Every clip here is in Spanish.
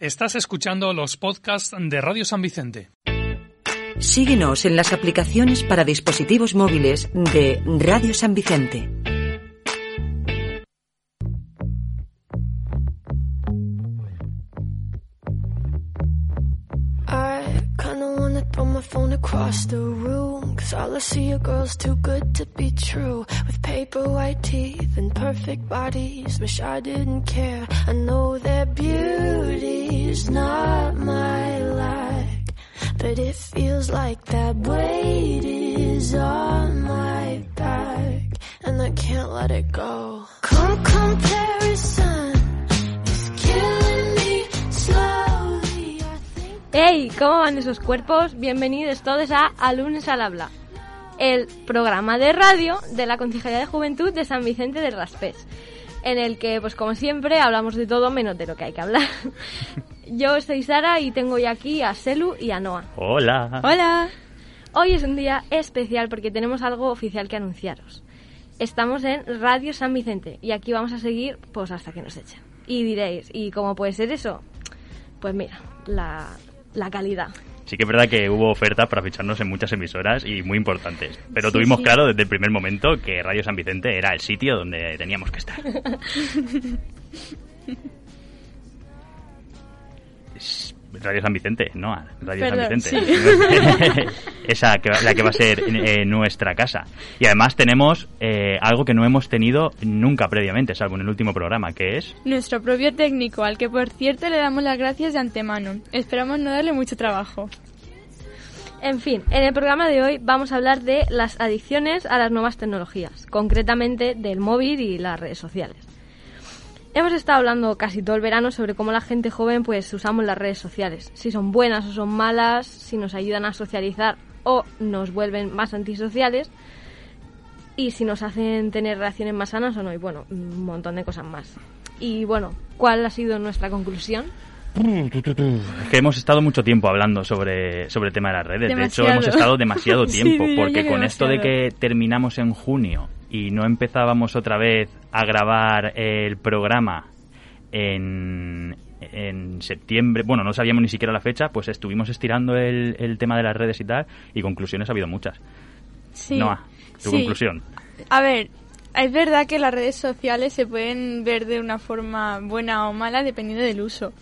Estás escuchando los podcasts de Radio San Vicente. Síguenos en las aplicaciones para dispositivos móviles de Radio San Vicente. I kinda wanna throw my phone across the room. Cause all I see are girls too good to be true. With paper white teeth and perfect bodies. Wish I didn't care. I know their beauty's not my lack. But it feels like that weight is on my back. And I can't let it go. Come comparison. is killing me slowly. I think ¡Hey! ¿Cómo van esos cuerpos? Bienvenidos todos a Alumnos al Habla, el programa de radio de la Consejería de Juventud de San Vicente del Raspés, en el que, pues como siempre, hablamos de todo menos de lo que hay que hablar. Yo soy Sara y tengo hoy aquí a Selu y a Noah. Hola. ¡Hola! Hoy es un día especial porque tenemos algo oficial que anunciaros. Estamos en Radio San Vicente y aquí vamos a seguir pues hasta que nos echen. Y diréis, ¿y cómo puede ser eso? Pues mira, la, la calidad. Sí que es verdad que hubo ofertas para ficharnos en muchas emisoras y muy importantes, pero Sí, tuvimos sí. claro desde el primer momento que Radio San Vicente era el sitio donde teníamos que estar. Es Radio San Vicente, no, Radio Perdón, San Vicente. Esa que, va- la que va a ser eh, nuestra casa. Y además tenemos eh, algo que no hemos tenido nunca previamente, salvo en el último programa, que es Nuestro propio técnico, al que por cierto le damos las gracias de antemano. Esperamos no darle mucho trabajo. En fin, en el programa de hoy vamos a hablar de las adicciones a las nuevas tecnologías, concretamente del móvil y las redes sociales. Hemos estado hablando casi todo el verano sobre cómo la gente joven pues usamos las redes sociales, si son buenas o son malas, si nos ayudan a socializar o nos vuelven más antisociales y si nos hacen tener relaciones más sanas o no y bueno, un montón de cosas más. Y bueno, ¿cuál ha sido nuestra conclusión? Es que hemos estado mucho tiempo hablando sobre, sobre el tema de las redes. Demasiado. De hecho, hemos estado demasiado Sí, tiempo, diría porque que con esto de demasiado. que terminamos en junio y no empezábamos otra vez a grabar el programa en, en septiembre, bueno, no sabíamos ni siquiera la fecha, pues estuvimos estirando el, el tema de las redes y tal, y conclusiones ha habido muchas. Sí. Noa, tu Sí. conclusión. A ver, es verdad que las redes sociales se pueden ver de una forma buena o mala dependiendo del uso.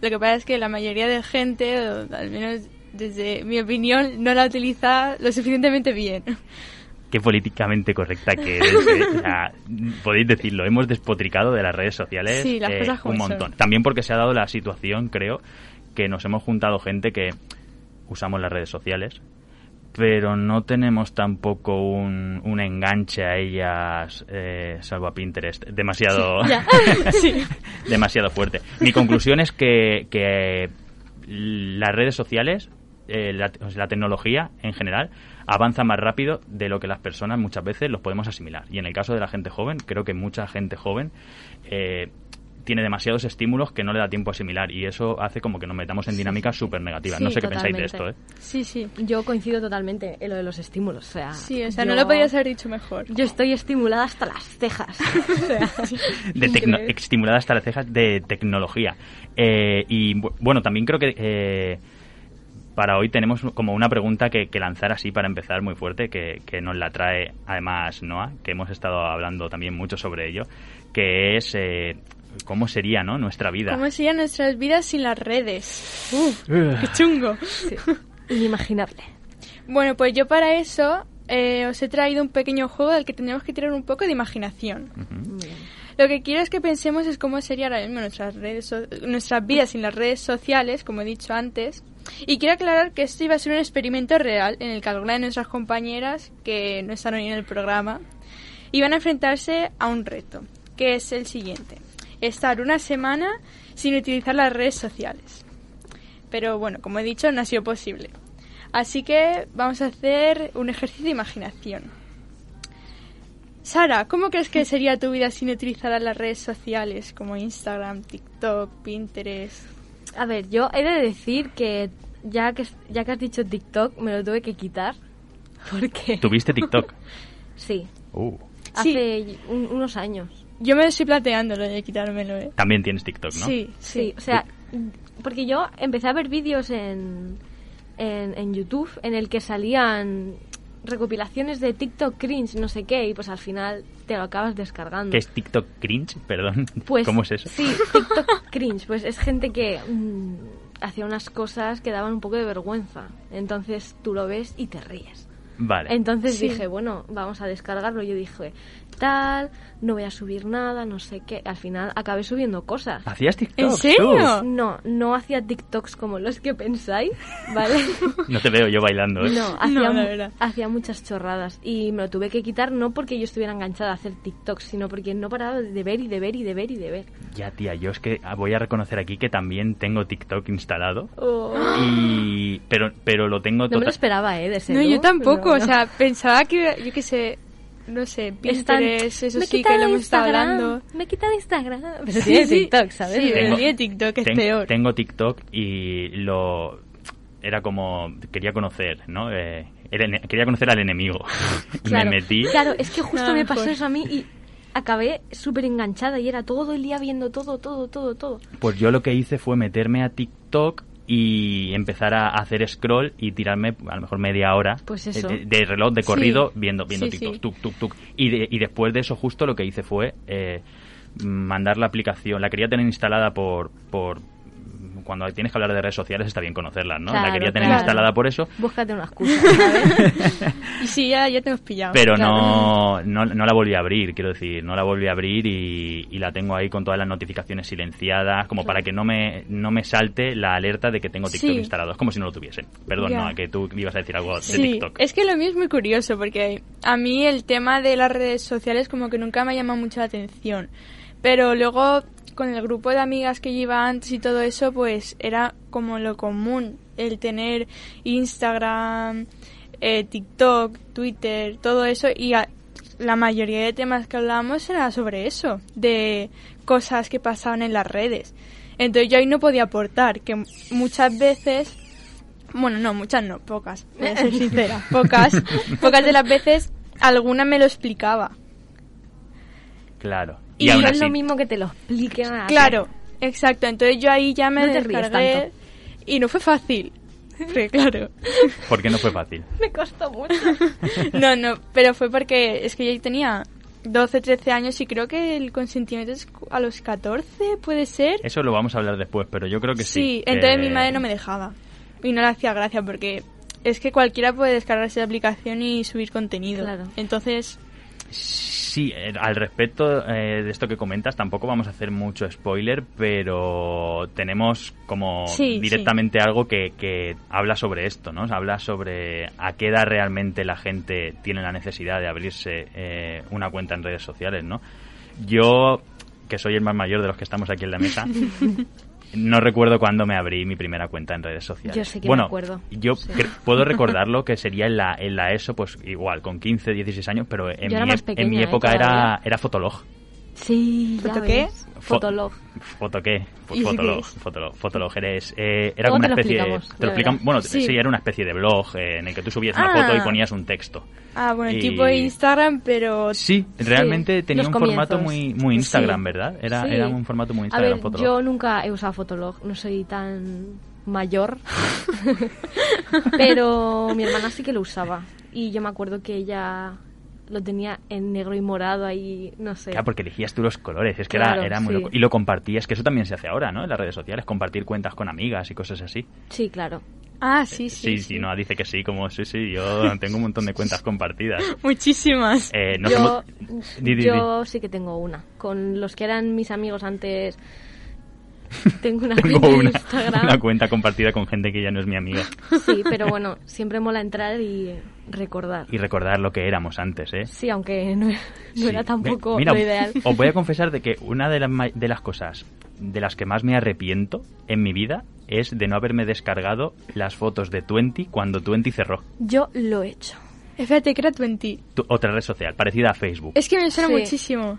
Lo que pasa es que la mayoría de gente, o al menos desde mi opinión, no la utiliza lo suficientemente bien. Qué políticamente correcta que eres. eh. O sea, podéis decirlo, hemos despotricado de las redes sociales eh, Sí, las cosas como un son. montón. También porque se ha dado la situación, creo, que nos hemos juntado gente que usamos las redes sociales, pero no tenemos tampoco un, un enganche a ellas, eh, salvo a Pinterest, demasiado, Sí. demasiado fuerte. Mi conclusión es que, que las redes sociales, eh, la, o sea, la tecnología en general, avanza más rápido de lo que las personas muchas veces los podemos asimilar. Y en el caso de la gente joven, creo que mucha gente joven eh, tiene demasiados estímulos que no le da tiempo a asimilar. Y eso hace como que nos metamos en dinámicas súper negativas. Sí, no sé qué pensáis de esto, ¿eh? totalmente. Sí, sí. Yo coincido totalmente en lo de los estímulos, o sea, Sí, o sea, no Ah, yo- lo podías haber dicho mejor. Yo estoy estimulada hasta las cejas. de tecno- Increíble. estimulada hasta las cejas de tecnología. Eh, y bu- bueno, también creo que eh, para hoy tenemos como una pregunta que, que lanzar así para empezar muy fuerte, que, que nos la trae además Noah, que hemos estado hablando también mucho sobre ello, que es eh, cómo sería ¿no? nuestra vida. ¿Cómo serían nuestras vidas sin las redes? Uf, qué chungo. Sí. Inimaginable. Bueno, pues yo para eso eh, os he traído un pequeño juego del que tenemos que tirar un poco de imaginación. Ujú. Lo que quiero es que pensemos es cómo sería ahora mismo nuestras, redes so- nuestras vidas sin las redes sociales, como he dicho antes. Y quiero aclarar que esto iba a ser un experimento real en el que algunas de nuestras compañeras, que no están hoy en el programa, iban a enfrentarse a un reto, que es el siguiente. Estar una semana sin utilizar las redes sociales. Pero bueno, como he dicho, no ha sido posible. Así que vamos a hacer un ejercicio de imaginación. Sara, ¿cómo crees que sería tu vida sin utilizar las redes sociales como Instagram, TikTok, Pinterest? A ver, yo he de decir que ya que ya que has dicho TikTok, me lo tuve que quitar. Porque. ¿Tuviste TikTok? Sí. Uh, Hace un- unos años. Yo me estoy planteando lo de quitármelo, ¿eh? También tienes TikTok, ¿no? Sí, Sí. sí. O sea, porque yo empecé a ver vídeos en, en, en YouTube en el que salían recopilaciones de TikTok cringe, no sé qué, y pues al final te lo acabas descargando. ¿Qué es TikTok cringe? Perdón. Pues, ¿Cómo es eso? Sí, TikTok cringe, pues es gente que mm, hacía unas cosas que daban un poco de vergüenza. Entonces tú lo ves y te ríes. Vale. Entonces Sí. dije, bueno, vamos a descargarlo. Yo dije, tal, no voy a subir nada, no sé qué. Al final acabé subiendo cosas. ¿Hacías TikTok? ¿En tú? serio? No, no hacía TikToks como los que pensáis, ¿vale? No te veo yo bailando. ¿eh? No, hacía, No, la mu- verdad. hacía muchas chorradas y me lo tuve que quitar no porque yo estuviera enganchada a hacer TikToks, sino porque no paraba de ver y de ver y de ver y de ver. Ya, tía, yo es que ah, voy a reconocer aquí que también tengo TikTok instalado. Oh. Y... Pero, pero lo tengo tota- No me lo total- esperaba, ¿eh? De ese No, yo look, tampoco, no, o no. sea, pensaba que, yo qué sé, no sé, Están- Pinterest, eso me he sí que quitado lo hemos estado Instagram, hablando. Me he quitado Instagram. Pero Sí, tiene sí. TikTok, ¿sabes? Sí, Tengo- el día de TikTok es Ten- peor. Tengo TikTok y lo... Era como... Quería conocer, ¿no? Eh, el ene- quería conocer al enemigo. Claro, Me metí... Claro, es que justo Nada me mejor. pasó eso a mí y acabé súper enganchada y era todo el día viendo todo, todo, todo, todo. Pues yo lo que hice fue meterme a TikTok y empezar a hacer scroll y tirarme a lo mejor media hora eh, Pues eso. De, de reloj de Sí. corrido viendo, viendo Sí, TikTok. sí. Tuk, tuk, tuk. Y, de- y después de eso justo lo que hice fue eh, mandar la aplicación. La quería tener instalada por... por cuando tienes que hablar de redes sociales está bien conocerlas, ¿no? la Claro, quería tener claro. instalada por eso, Búscate una excusa, ¿sabes? Y sí, ya, ya te hemos pillado. pero Ah, claro. no, no, no la volví a abrir, quiero decir, no la volví a abrir y, y la tengo ahí con todas las notificaciones silenciadas, como para que no me, no me salte la alerta de que tengo TikTok Sí. instalado. Es como si no lo tuviese. Perdón, Ya. no, que tú ibas a decir algo de Sí, TikTok. es que lo mío es muy curioso porque a mí el tema de las redes sociales como que nunca me ha llamado mucho la atención. Pero luego con el grupo de amigas que yo iba antes y todo eso, pues era como lo común el tener Instagram, eh, TikTok, Twitter, todo eso y a- la mayoría de temas que hablábamos era sobre eso, de cosas que pasaban en las redes. Entonces yo ahí no podía aportar, que muchas veces bueno, no, muchas no, pocas, voy Eh. a ser sincera. Pocas, pocas de las veces alguna me lo explicaba. Claro. Y Y, aún no así, es lo mismo que te lo expliquen a Claro, exacto. Entonces yo ahí ya me Ah, No te ríes descargué tanto. y no fue fácil. Porque claro. porque no fue fácil. Me costó mucho. No, no, pero fue porque es que yo tenía 12, 13 años y creo que el consentimiento es cu- a los 14, puede ser. Eso lo vamos a hablar después, pero yo Eh, creo que sí. Sí, entonces Eh, mi madre no me dejaba. Y no le hacía gracia porque es que cualquiera puede descargarse la aplicación y subir contenido. Claro. Entonces, Sí, eh, al respecto eh, de esto que comentas, tampoco vamos a hacer mucho spoiler, pero tenemos como Sí, directamente algo que, que habla sobre esto, ¿no? Habla sobre a qué edad realmente la gente tiene la necesidad de abrirse eh, una cuenta en redes sociales, ¿no? Yo, que soy el más mayor de los que estamos aquí en la mesa, no recuerdo cuándo me abrí mi primera cuenta en redes sociales. Yo sí que me bueno, acuerdo. Yo Sí. cre- puedo recordarlo que sería en la, en la ESO, pues igual, con 15, 16 años, pero en, Yo era mi, más ep- pequeña, en mi ¿eh? época era, todavía. era Fotolog. Sí, ya ¿Foto qué? ves. Fo- Fotolog. ¿Foto qué? Pues ¿Y eso Fotolog, qué es? Fotolog, Fotolog. Eres, eh, Luego era como una te lo especie de- explicamos, te lo ya explicam- verás. Bueno, sí. Sí. era una especie de blog eh, en el que tú subías Ah. una foto y ponías un texto. Ah, bueno, Y- tipo Instagram, pero... Sí, realmente tenía los un formato comienzos. muy, muy Instagram, Sí. ¿verdad? Era, Sí. era un formato muy A Instagram, ver, Fotolog. yo nunca he usado Fotolog, no soy tan mayor, pero mi hermana sí que lo usaba y yo me acuerdo que ella lo tenía en negro y morado ahí, no sé. Claro, Ah, porque elegías tú los colores, es que Claro, era, era muy sí. loco. Y lo compartías, que eso también se hace ahora, ¿no? En las redes sociales, compartir cuentas con amigas y cosas así. Sí, claro. Ah, sí, Sí, sí. sí, no, dice que sí, como sí, sí, yo tengo un montón de cuentas compartidas. Muchísimas. Eh, no yo somos- Di, di, di. yo sí que tengo una, con los que eran mis amigos antes. Tengo una Tengo cuenta de una, Instagram. una cuenta compartida con gente que ya no es mi amiga. Sí, pero bueno, siempre mola entrar y recordar. Y recordar lo que éramos antes, ¿eh? Sí, aunque no, no Sí. era tampoco Mira, lo ideal. Os voy a confesar de que una de las, ma- de las cosas de las que más me arrepiento en mi vida es de no haberme descargado las fotos de Twenty cuando Twenty cerró. Yo lo he hecho. Espérate, que era 20. Tu- otra red social, parecida a Facebook. Es que me suena Sí. muchísimo.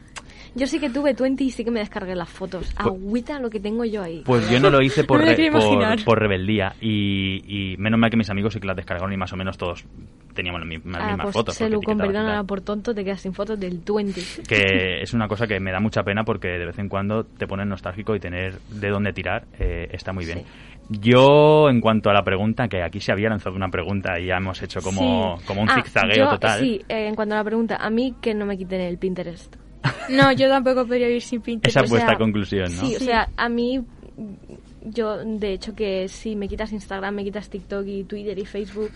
Yo sí que tuve 20 y sí que me descargué las fotos. Agüita lo que tengo yo ahí. Pues yo no lo hice por, No me lo re- quiero por, imaginar. por rebeldía y, y menos mal que mis amigos sí que las descargaron y más o menos todos teníamos las mi- las mismas, Ah, pues fotos. se porque lo con etiquetaban y perdón, tal. ahora por tonto te quedas sin fotos del 20. que es una cosa que me da mucha pena porque de vez en cuando te ponen nostálgico y tener de dónde tirar eh, está muy bien. Yo, en cuanto a la pregunta, que aquí se había lanzado una pregunta y ya hemos hecho como, Sí. como un Ah, zigzagueo yo, total. Sí, eh, en cuanto a la pregunta, a mí que no me quiten el Pinterest. No, yo tampoco podría vivir sin Pinterest. Esa O fue sea, vuestra conclusión, Pues ¿no? Sí, o sea, a mí, yo de hecho que si me quitas Instagram, me quitas TikTok y Twitter y Facebook,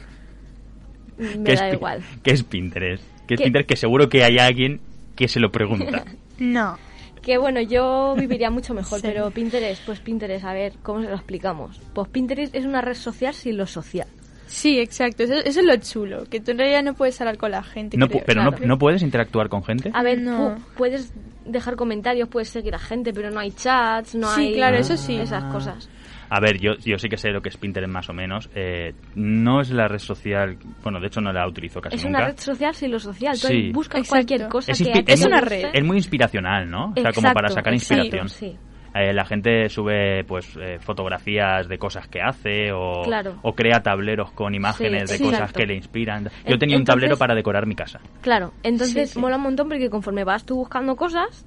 ¿Qué me es da Pi- igual. ¿Qué es Pinterest? ¿Qué es ¿Qué? Pinterest? Que seguro que hay alguien que se lo pregunta. No. Que bueno, yo viviría mucho mejor, Sí. pero Pinterest, pues Pinterest, a ver, ¿cómo se lo explicamos? Pues Pinterest es una red social sin lo social. Sí, exacto. Eso, eso es lo chulo, que tú en realidad no puedes hablar con la gente. No pu- creo, pero no- claro. no, puedes interactuar con gente. A ver, No. pu- puedes dejar comentarios, puedes seguir a gente, pero no hay chats, no Sí, hay claro, eso sí. esas Ah, cosas. A ver, yo, yo sí que sé lo que es Pinterest más o menos. Eh, no es la red social, bueno, de hecho no la utilizo casi es nunca. una red social sin lo social. Tú ahí Sí. buscas Exacto. cualquier cosa Es que inspi- a ti es te una guste. red. Es muy inspiracional, ¿no? o sea, como Exacto, para sacar exacto, inspiración. sí. Eh, la gente sube pues eh, fotografías de cosas que hace o, Claro. o crea tableros con imágenes de sí. cosas Exacto. que le inspiran. Yo En- tenía un tablero entonces- para decorar mi casa. Claro, entonces Sí, sí. mola un montón porque conforme vas tú buscando cosas,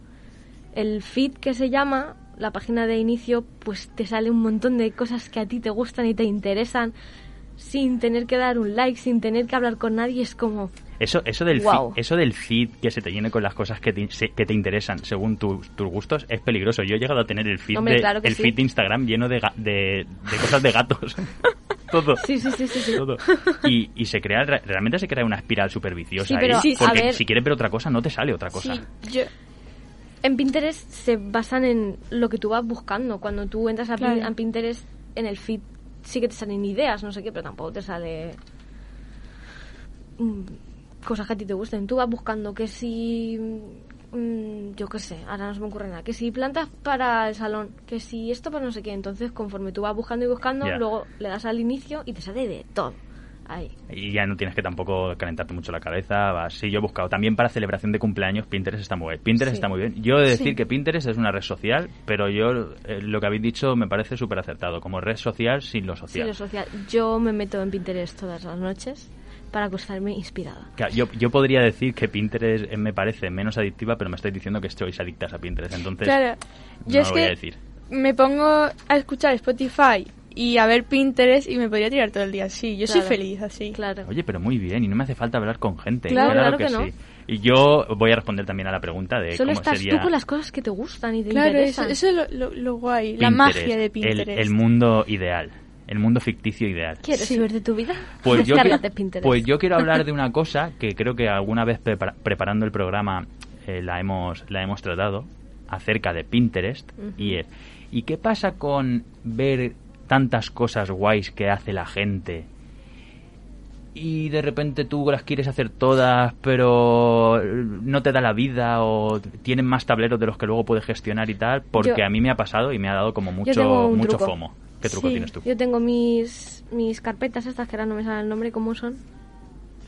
el feed que se llama, la página de inicio, pues te sale un montón de cosas que a ti te gustan y te interesan sin tener que dar un like, sin tener que hablar con nadie, es como... Eso, eso, del Guau. feed, eso del feed que se te llene con las cosas que te, in- se- que te interesan según tus- tus gustos es peligroso. Yo he llegado a tener el feed, Hombre, de, claro que el sí. feed de Instagram lleno de, ga- de, de cosas de gatos. Todo. Sí, sí, sí, sí. sí. todo. Y, y se crea, re- realmente se crea una espiral súper viciosa. Sí, pero, ¿eh? Sí, sí. Porque a ver- si quieres ver otra cosa, no te sale otra cosa. Sí, yo, En Pinterest se basan en lo que tú vas buscando. Cuando tú entras a, Pin- Claro. a Pinterest, en el feed sí que te salen ideas, no sé qué, pero tampoco te sale mm, cosas que a ti te gusten. Tú vas buscando que si, mm, yo qué sé, ahora no se me ocurre nada, que si plantas para el salón, que si esto para no sé qué. Entonces, conforme tú vas buscando y buscando, Ya. luego le das al inicio y te sale de todo. Ahí. Y ya no tienes que tampoco calentarte mucho la cabeza. vas, Sí, yo he buscado. También para celebración de cumpleaños, Pinterest está muy bien. Pinterest Sí. está muy bien. Yo he de decir Sí. que Pinterest es una red social, pero yo eh, lo que habéis dicho me parece súper acertado. Como red social sin lo Sí, social. lo social. Yo me meto en Pinterest todas las noches para acostarme inspirada. Claro, yo, yo podría decir que Pinterest eh, me parece menos adictiva, pero me estáis diciendo que sois adictas a Pinterest. Entonces, claro. no lo Yo es voy a que decir. me pongo a escuchar Spotify y a ver Pinterest y me podría tirar todo el día. Sí, yo soy Claro. feliz así. Claro. Oye, pero muy bien, y no me hace falta hablar con gente. ¿eh? Claro, claro que no. sí. Y yo voy a responder también a la pregunta de Solo eh, cómo estás sería tú con las cosas que te gustan y te Claro, eso, interesan. eso es lo, lo- lo guay, la Pinterest, magia de el- Pinterest. El, mundo ideal, el mundo ficticio ideal. ¿Quieres Sí. vivir de tu vida? Pues yo, Descárgate qui- Pinterest. pues yo quiero hablar de una cosa que creo que alguna vez prepara- preparando el programa eh, la, hemos, la hemos tratado acerca de Pinterest y es ¿y qué pasa con ver tantas cosas guays que hace la gente y de repente tú las quieres hacer todas pero no te da la vida o tienen más tableros de los que luego puedes gestionar y tal porque Yo- a mí me ha pasado y me ha dado como tengo mucho un mucho truco. fomo ¿qué truco Sí, tienes tú? Yo tengo mis, mis carpetas estas que ahora no me sale el nombre, ¿cómo son?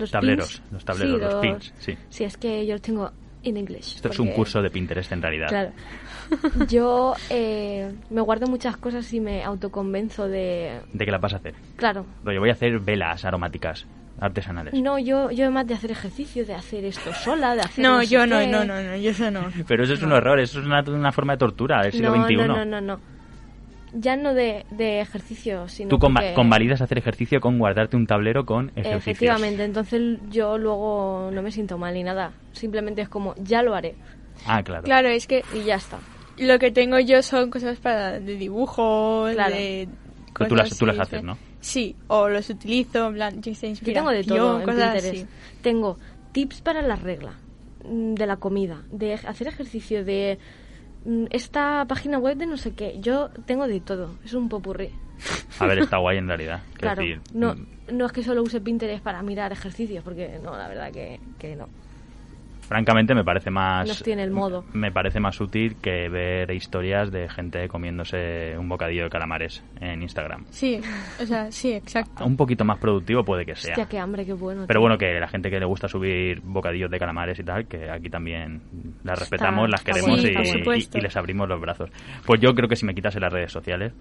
Los Tableros, pins. los tableros, Sí, los pins, sí. Sí, es que yo los tengo en inglés. Esto es un curso de Pinterest en realidad. Claro. Yo eh, me guardo muchas cosas y me autoconvenzo de... ¿De qué la vas a hacer? Claro. Oye, voy a hacer velas aromáticas, artesanales. No, yo, yo además de hacer ejercicio, de hacer esto sola, de hacer... No, sé yo no, qué. no, no, no, yo eso no. Pero eso es un horror, eso es una, una forma de tortura del siglo no, XXI. No, no, no, no. Ya no de, de ejercicio, sino Tú con porque- convalidas hacer ejercicio con guardarte un tablero con ejercicios. Efectivamente, entonces yo luego no me siento mal ni nada. Simplemente es como, ya lo haré. Ah, claro. Claro, es que Y ya está. lo que tengo yo son cosas para de dibujo, Claro. de Pero tú cosas las- tú las así, haces, ¿no? Sí, o los utilizo, en plan, yo hice Yo tengo de inspiración, todo en cosas Pinterest. así. Tengo tips para la regla mm, de la comida, de ej- hacer ejercicio, de mm, esta página web de no sé qué. Yo tengo de todo. Es un popurrí. A ver, está guay en realidad. Quiero Claro. decir, No, mm, no es que solo use Pinterest para mirar ejercicios, porque no, la verdad que, que no. francamente me parece más Nos tiene el modo. me parece más útil que ver historias de gente comiéndose un bocadillo de calamares en Instagram. Sí, o sea, sí, exacto. Un poquito más productivo puede que sea. Hostia, qué hambre, qué bueno. Pero tío. bueno, que la gente que le gusta subir bocadillos de calamares y tal, que aquí también las respetamos, las está queremos bueno, y- por y- supuesto. y les abrimos los brazos. Pues yo creo que si me quitase las redes sociales,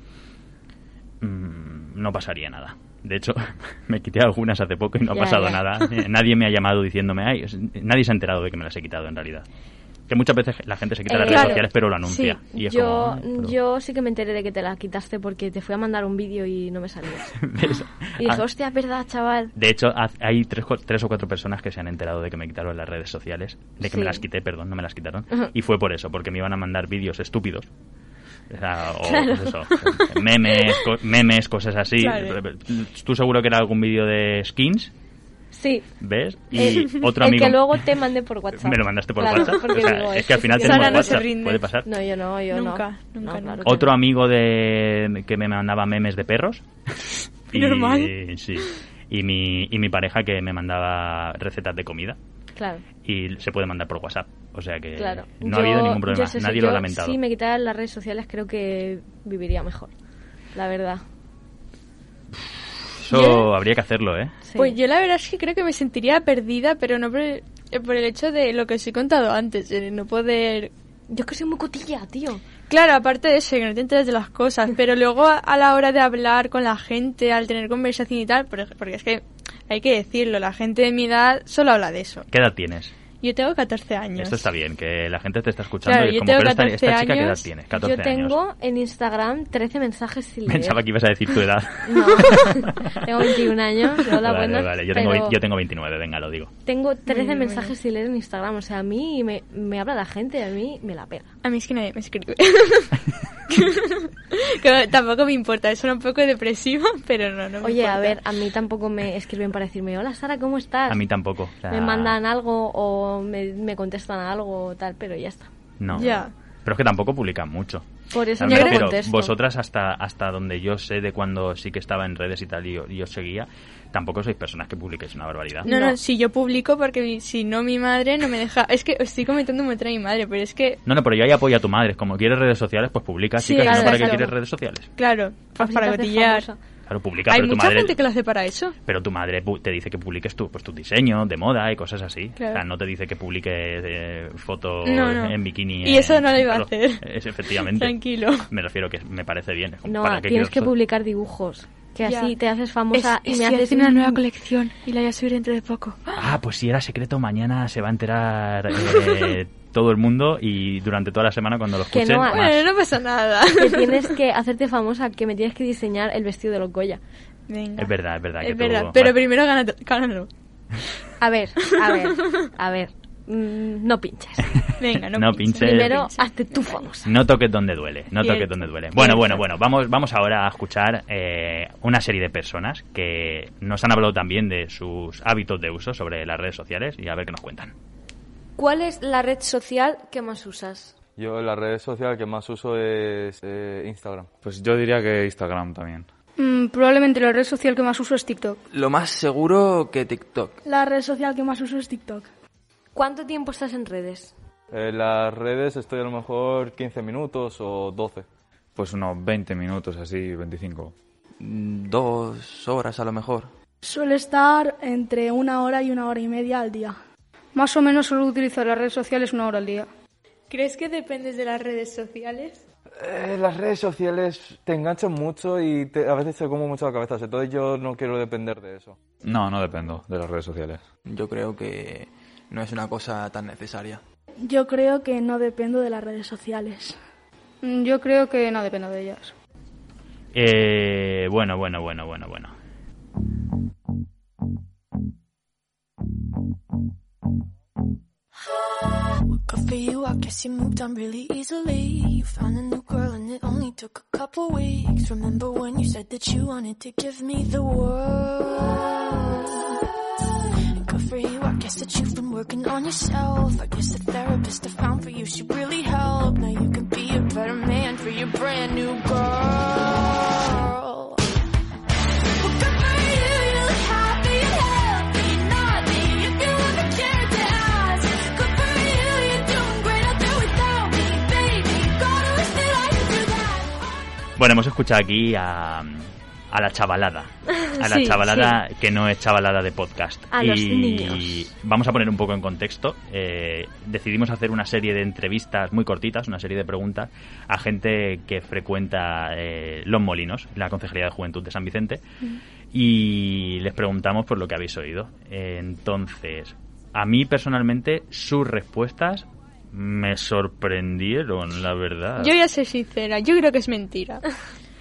mm, no pasaría nada. De hecho, me quité algunas hace poco y no ha Ya, pasado ya. nada. Eh, Nadie me ha llamado diciéndome, ay, es- nadie se ha enterado de que me las he quitado en realidad. Que muchas veces la gente se quita Eh, las redes claro. sociales, pero lo anuncia. Sí, Y es yo, como, "Ah, pero-". yo sí que me enteré de que te la quitaste porque te fui a mandar un vídeo y no me salías. ¿Ves? Y dije, Ah, hostia, es verdad, chaval. De hecho, haz- hay tres, cua- tres o cuatro personas que se han enterado de que me quitaron las redes sociales, de que Sí. me las quité, perdón, no me las quitaron. Ajá. Y fue por eso, porque me iban a mandar vídeos estúpidos. O, sea, o, Claro. pues eso, memes, co- memes, cosas así. Claro. Tú seguro que era algún vídeo de skins, Sí. ¿ves? Y Eh, otro el amigo... que luego te mandé por WhatsApp. Me lo mandaste por Claro, WhatsApp. porque O sea, digo, es que al final tío- tenemos Sara no se WhatsApp, rinde. puede pasar. No, yo no, yo no. Nunca, nunca, No, claro nunca. que Otro no. amigo de que me mandaba memes de perros. Normal. Sí. Y mi, y mi pareja que me mandaba recetas de comida. Claro. y se puede mandar por WhatsApp. O sea que Claro. eh, no Yo- ha habido ningún problema, yo sé, nadie si lo ha yo- lamentado. Si me quitaran las redes sociales, creo que viviría mejor. La verdad. Eso Yo- habría que hacerlo, ¿eh? Sí. Pues yo la verdad es que creo que me sentiría perdida, pero no por el, eh, por el hecho de lo que os he contado antes, de no poder... Yo es que soy muy cotilla, tío. Claro, aparte de eso, que no te enteras de las cosas, pero luego a, a la hora de hablar con la gente, al tener conversación y tal, por- porque es que hay que decirlo, la gente de mi edad solo habla de eso. ¿Qué edad tienes? Yo tengo 14 años. Esto está bien, que la gente te está escuchando Claro, y es yo como, tengo pero esta, 14 esta chica, ¿qué edad años. tienes? 14 Yo tengo años. en Instagram 13 mensajes sin leer. Pensaba que ibas a decir tu edad. No, tengo 21 años, yo la vale, buena, vale, yo tengo, pero ve- yo tengo 29, venga, lo digo. tengo 13 bien, muy mensajes sin leer en Instagram. O sea, a mí me, me habla la gente, a mí me la pega. A mí es que nadie me escribe. Que tampoco me importa, es un poco depresivo, pero no, no me Oye, a importa. ver, a mí tampoco me escriben para decirme, hola Sara, ¿cómo estás? A mí tampoco. o sea, me mandan algo o me, me contestan algo o tal, pero ya está. No. Ya. Pero es que tampoco publican mucho. Por eso Me yo no refiero, contesto. vosotras hasta hasta donde yo sé de cuando sí que estaba en redes y tal y yo, y os seguía, tampoco sois personas que publiquéis una barbaridad. No, no, No. si yo publico porque mi- si no mi madre no me deja... Es que os estoy comentando mucho a mi madre, pero es que, No, no, pero yo ahí apoyo a tu madre. Como quieres redes sociales, pues publica. Sí, Chicas, ¿y claro, ¿no para qué exacto. quieres redes sociales? claro, pues para Cositas de cotillar. famosa. Claro, publica, Hay pero tu mucha madre... gente que lo hace para eso. Pero tu madre pu- te dice que publiques tú, pues tus diseños de moda y cosas así. Claro. O sea, no te dice que publiques eh, fotos No, no. en bikini. Y en- eso no lo iba Claro, a hacer. es- efectivamente. Tranquilo. Me refiero que me parece bien. es como, No, ¿para qué tienes quiero que esto? publicar dibujos. Que Ya. así te haces famosa Es- mm. y me estoy haces haciendo una nueva colección y la voy a subir dentro de poco. Ah, pues si era secreto, mañana se va a enterar eh, todo el mundo y durante toda la semana cuando lo Que escuchen. no, más. Bueno, no pasa nada. que tienes que hacerte famosa, que me tienes que diseñar el vestido de los Goya. Venga. Es verdad, es verdad. que Es tú- verdad, pero vale. primero gana- gánalo. A ver, a ver, a ver. Mm, no pinches. Venga, no, No pinches. pinches. Primero, pinches. hazte tú famosa. No toques donde duele, no Bien. toques donde duele. Bueno, Bien. bueno, bueno, vamos, vamos ahora a escuchar eh, una serie de personas que nos han hablado también de sus hábitos de uso sobre las redes sociales y a ver qué nos cuentan. ¿Cuál es la red social que más usas? Yo la red social que más uso es eh, Instagram. Pues yo diría que Instagram también. Mm, probablemente la red social que más uso es TikTok. Lo más seguro que TikTok. La red social que más uso es TikTok. ¿Cuánto tiempo estás en redes? En Eh, las redes estoy a lo mejor 15 minutos o 12. Pues unos 20 minutos así, 25. Mm, Dos horas a lo mejor. Suele estar entre una hora y una hora y media al día. Más o menos solo utilizo las redes sociales una hora al día. ¿Crees que dependes de las redes sociales? Eh, las redes sociales te enganchan mucho y te- a veces te como mucho la cabeza, entonces yo no quiero depender de eso. No, no dependo de las redes sociales. Yo creo que no es una cosa tan necesaria. Yo creo que no dependo de las redes sociales. Mm, Yo creo que no dependo de ellas. Eh, bueno, bueno, bueno, bueno, bueno. Good for you, I guess you moved on really easily. You found a new girl and it only took a couple weeks. Remember when you said that you wanted to give me the world? And Good for you, I guess that you've been working on yourself. I guess the therapist I found for you, she really helped. Now you can be a better man for your brand new girl. Well, good for you, you look happy and healthy and naughty. If you look at your eyes, good for Bueno, hemos escuchado aquí a, a la chavalada. A la Sí, chavalada sí. que no es chavalada de podcast. A y los niños. vamos a poner un poco en contexto. Eh, decidimos hacer una serie de entrevistas muy cortitas, una serie de preguntas a gente que frecuenta eh, Los Molinos, la Concejalía de Juventud de San Vicente y les preguntamos por lo que habéis oído. Entonces, a mí personalmente sus respuestas me sorprendieron, la verdad. Yo voy a ser sincera, yo creo que es mentira.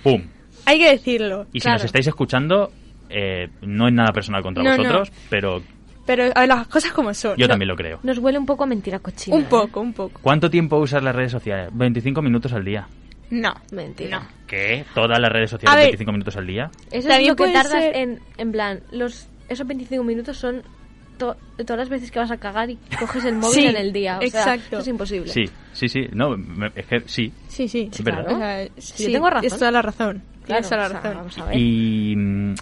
¡Pum! Hay que decirlo. Y si claro. nos estáis escuchando, eh, no es nada personal contra No, no. vosotros, pero Pero a ver, las cosas como son. yo también lo creo. Nos huele un poco a mentira cochina. ¿eh? Un poco, un poco. ¿Cuánto tiempo usas las redes sociales? 25 minutos al día. No. Mentira. ¿Qué? ¿Todas las redes sociales A ver. 25 minutos al día? Eso También es lo que puede tardas ser- en, en plan, los, esos 25 minutos son to- todas las veces que vas a cagar y coges el móvil Sí, en el día. O Sea, exacto. eso es imposible. Sí, sí, sí. No, me- es que sí. Sí, sí. Es verdad. O sea, Si yo tengo razón. Es toda la razón. Claro, Tienes toda la o sea, razón. vamos a ver. Y mm,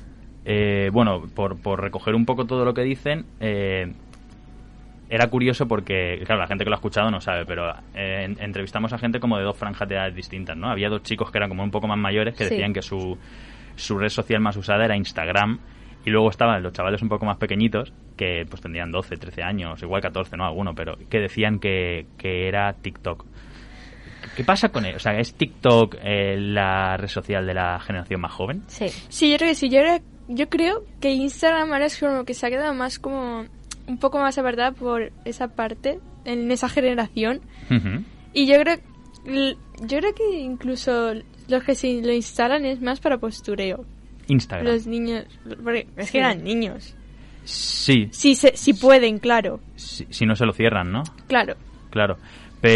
eh, bueno, por, por recoger un poco todo lo que dicen, eh, era curioso porque, claro, la gente que lo ha escuchado no sabe, pero eh, en- entrevistamos a gente como de dos franjas de edad distintas, ¿no? Había dos chicos que eran como un poco más mayores que Sí. decían que su, su red social más usada era Instagram. Y luego estaban los chavales un poco más pequeñitos, que pues tendrían 12, 13 años, igual 14, ¿no? Alguno, pero que decían que, que era TikTok. ¿Qué pasa con él? O sea, ¿es TikTok eh, la red social de la generación más joven? Sí. Sí, yo creo que sí. Yo, era- yo creo que Instagram ahora es como que se ha quedado más como un poco más apartada por esa parte en esa generación. Ujú. Y yo creo, l- yo creo que incluso los que se lo instalan es más para postureo. Instagram. Los niños, porque es que eran niños. Sí, Si, se, si pueden, claro, si, si no se lo cierran, ¿no? claro. Claro.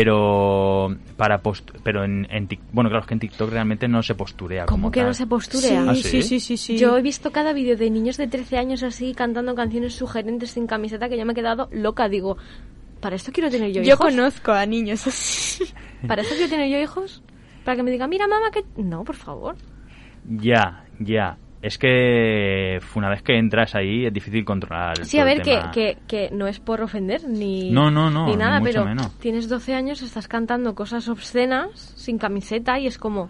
Pero para post, pero en, en Tik- bueno, claro, es que en TikTok realmente no se posturea ¿Cómo como que no tal. se posturea? ¿Ah, sí, sí, sí, sí. Yo he visto cada vídeo de niños de 13 años así cantando canciones sugerentes sin camiseta que yo me he quedado loca. Digo, ¿para esto quiero tener yo, Yo hijos? conozco a niños así. ¿Para esto quiero tener yo hijos? Para que me digan, mira mamá que... No, por favor. Ya, ya. Es que eh, una vez que entras ahí es difícil controlar. Sí, todo a el ver, que, tema. que, que no es por ofender ni, No, no, no, ni ni nada, mucho pero menos. tienes 12 años, estás cantando cosas obscenas, sin camiseta y es como...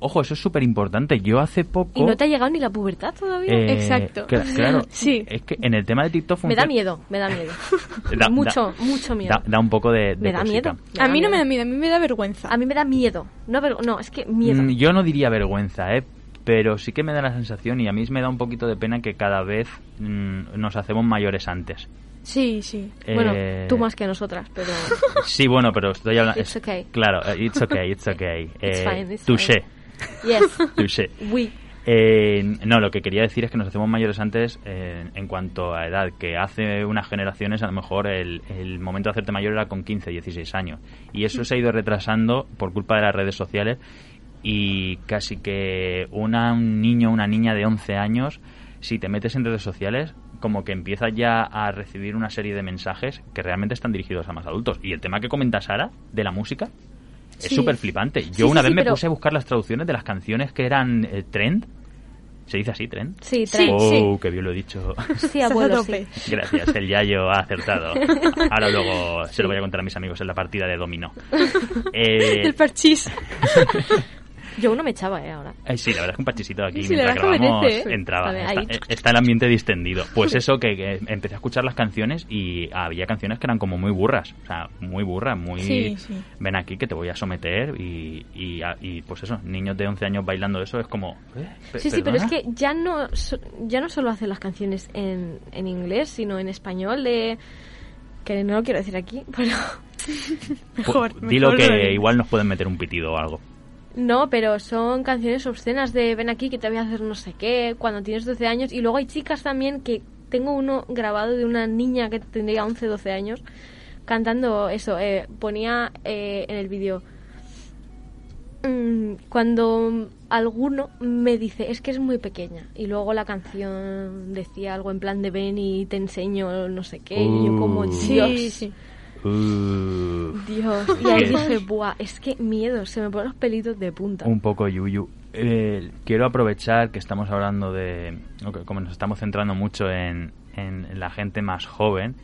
Ojo, eso es súper importante. Yo hace poco. Y no te ha llegado ni la pubertad todavía. eh, Exacto. cla- claro. Sí. Es que en el tema de TikTok Me da funciona- miedo, me da miedo. Da- mucho, da- mucho miedo. Da, da un poco de, de me da cosita. miedo. A mí no me miedo. da miedo, a mí me da vergüenza. A mí me da miedo. No, vergo- no es que miedo. Mm, Yo no diría vergüenza, ¿eh? Pero sí que me da la sensación y a mí me da un poquito de pena que cada vez mm, nos hacemos mayores antes. Sí, sí. Bueno, Eh, tú más que nosotras, pero... Sí, bueno, pero estoy hablando... It's es- okay. Claro, eh, it's okay, it's okay. It's Eh, fine, it's touché, Yes, touché. we. Eh, no, lo que quería decir es que nos hacemos mayores antes eh, en cuanto a edad, que hace unas generaciones a lo mejor el, el momento de hacerte mayor era con 15, 16 años. Y Mm. eso se ha ido retrasando por culpa de las redes sociales y casi que una, un niño o una niña de 11 años, si te metes en redes sociales, como que empiezas ya a recibir una serie de mensajes que realmente están dirigidos a más adultos. Y el tema que comenta Sara de la música... Es Sí. súper flipante. Yo Sí, una sí, vez sí, me pero- puse a buscar las traducciones de las canciones que eran eh, trend ¿Se dice así, tren? Sí, Sí. trae- oh, sí. qué bien lo he dicho. sí, Estás a abuelo, sí. tope. Gracias, el Yayo ha acertado. Ahora luego se lo voy a contar a mis amigos en la partida de dominó. Eh, El parchís. Yo uno me echaba, eh, ahora. eh, sí, la verdad es que un pachecito aquí Sí, la mientras verdad es que grabamos merece, ¿eh? entraba. Vale, Está, ahí. eh, está el ambiente distendido. Pues eso, que, que empecé a escuchar las canciones y había canciones que eran como muy burras. O sea, muy burras, muy... Sí, sí. Ven aquí que te voy a someter y, y, a- y, pues eso, niños de 11 años bailando eso es como... ¿eh? Pe- Sí, sí, pero es ¿perdona? que ya no, so- ya no solo hace las canciones en, en inglés, sino en español, de... que no lo quiero decir aquí, pero... Pu- Mejor, Dilo mejor Pues, que no. igual nos pueden meter un pitido o algo. No, pero son canciones obscenas de ven aquí que te voy a hacer no sé qué, cuando tienes 12 años. Y luego hay chicas también que tengo uno grabado de una niña que tendría 11, 12 años cantando eso. eh, ponía eh, en el vídeo. mm, Cuando alguno me dice es que es muy pequeña y luego la canción decía algo en plan de ven y te enseño no sé qué y yo como Uh. Dios, Sí, sí. Dios y ahí Sí. dije buah es que miedo se me ponen los pelitos de punta Un poco yuyu. Eh, quiero aprovechar que estamos hablando de... o que Como nos estamos centrando mucho en, en la gente más joven,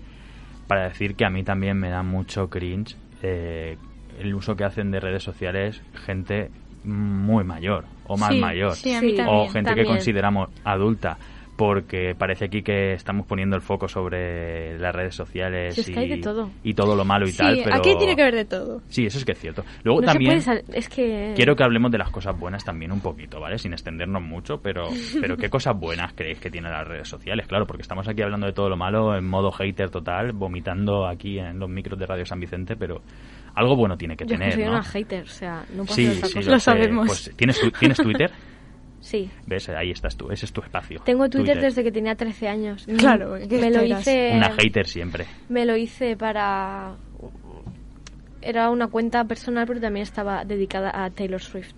para decir que a mí también me da mucho cringe eh, el uso que hacen de redes sociales gente muy mayor o más Sí, mayor sí, a mí Sí, o también, gente también. que consideramos adulta porque parece aquí que estamos poniendo el foco sobre las redes sociales Si es y, que hay de todo. y todo lo malo y Sí, tal pero aquí tiene que haber de todo. sí eso es que es cierto luego No se también puede sal- es que... Quiero que hablemos de las cosas buenas también un poquito, ¿vale? Sin extendernos mucho, pero, pero ¿qué cosas buenas creéis que tienen las redes sociales? Claro, porque estamos aquí hablando de todo lo malo en modo hater total, vomitando aquí en los micros de Radio San Vicente, pero algo bueno tiene que Yo es tener, que soy ¿no? una hater, o sea, no puedo sí, hacer otra sí, cosa. sé. Pues, ¿tienes, tu- ¿Tienes Twitter? Sí. ¿Ves? Ahí estás tú, ese es tu espacio. Tengo Twitter, desde que tenía 13 años. Claro, ¿qué me lo esperas? hice Una hater siempre. me lo hice para era una cuenta personal, pero también estaba dedicada a Taylor Swift.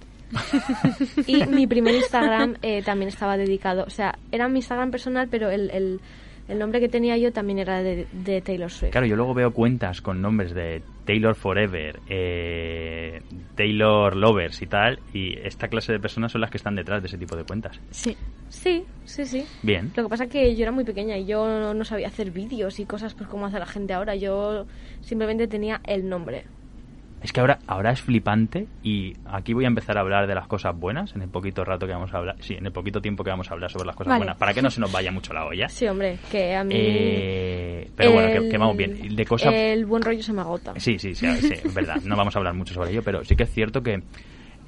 y mi primer Instagram eh, también estaba dedicado, o sea, era mi Instagram personal, pero el, el, el nombre que tenía yo también era de, de Taylor Swift. Claro, yo luego veo cuentas con nombres de Taylor Forever, eh, Taylor Lovers y tal, y esta clase de personas son las que están detrás de ese tipo de cuentas. Sí. Sí, sí, sí. Bien. Lo que pasa es que yo era muy pequeña y yo no, no sabía hacer vídeos y cosas pues como hace la gente ahora. Yo simplemente tenía el nombre. Es que ahora, ahora es flipante y aquí voy a empezar a hablar de las cosas buenas en el poquito rato que vamos a hablar, sí, en el poquito tiempo que vamos a hablar sobre las cosas Vale. buenas, para que no se nos vaya mucho la olla. Sí, hombre, que a mí... Eh, pero bueno, que, el- eh, que vamos bien. De cosas El buen rollo se me agota. Sí, sí, sí, sí, es verdad. No vamos a hablar mucho sobre ello, pero sí que es cierto que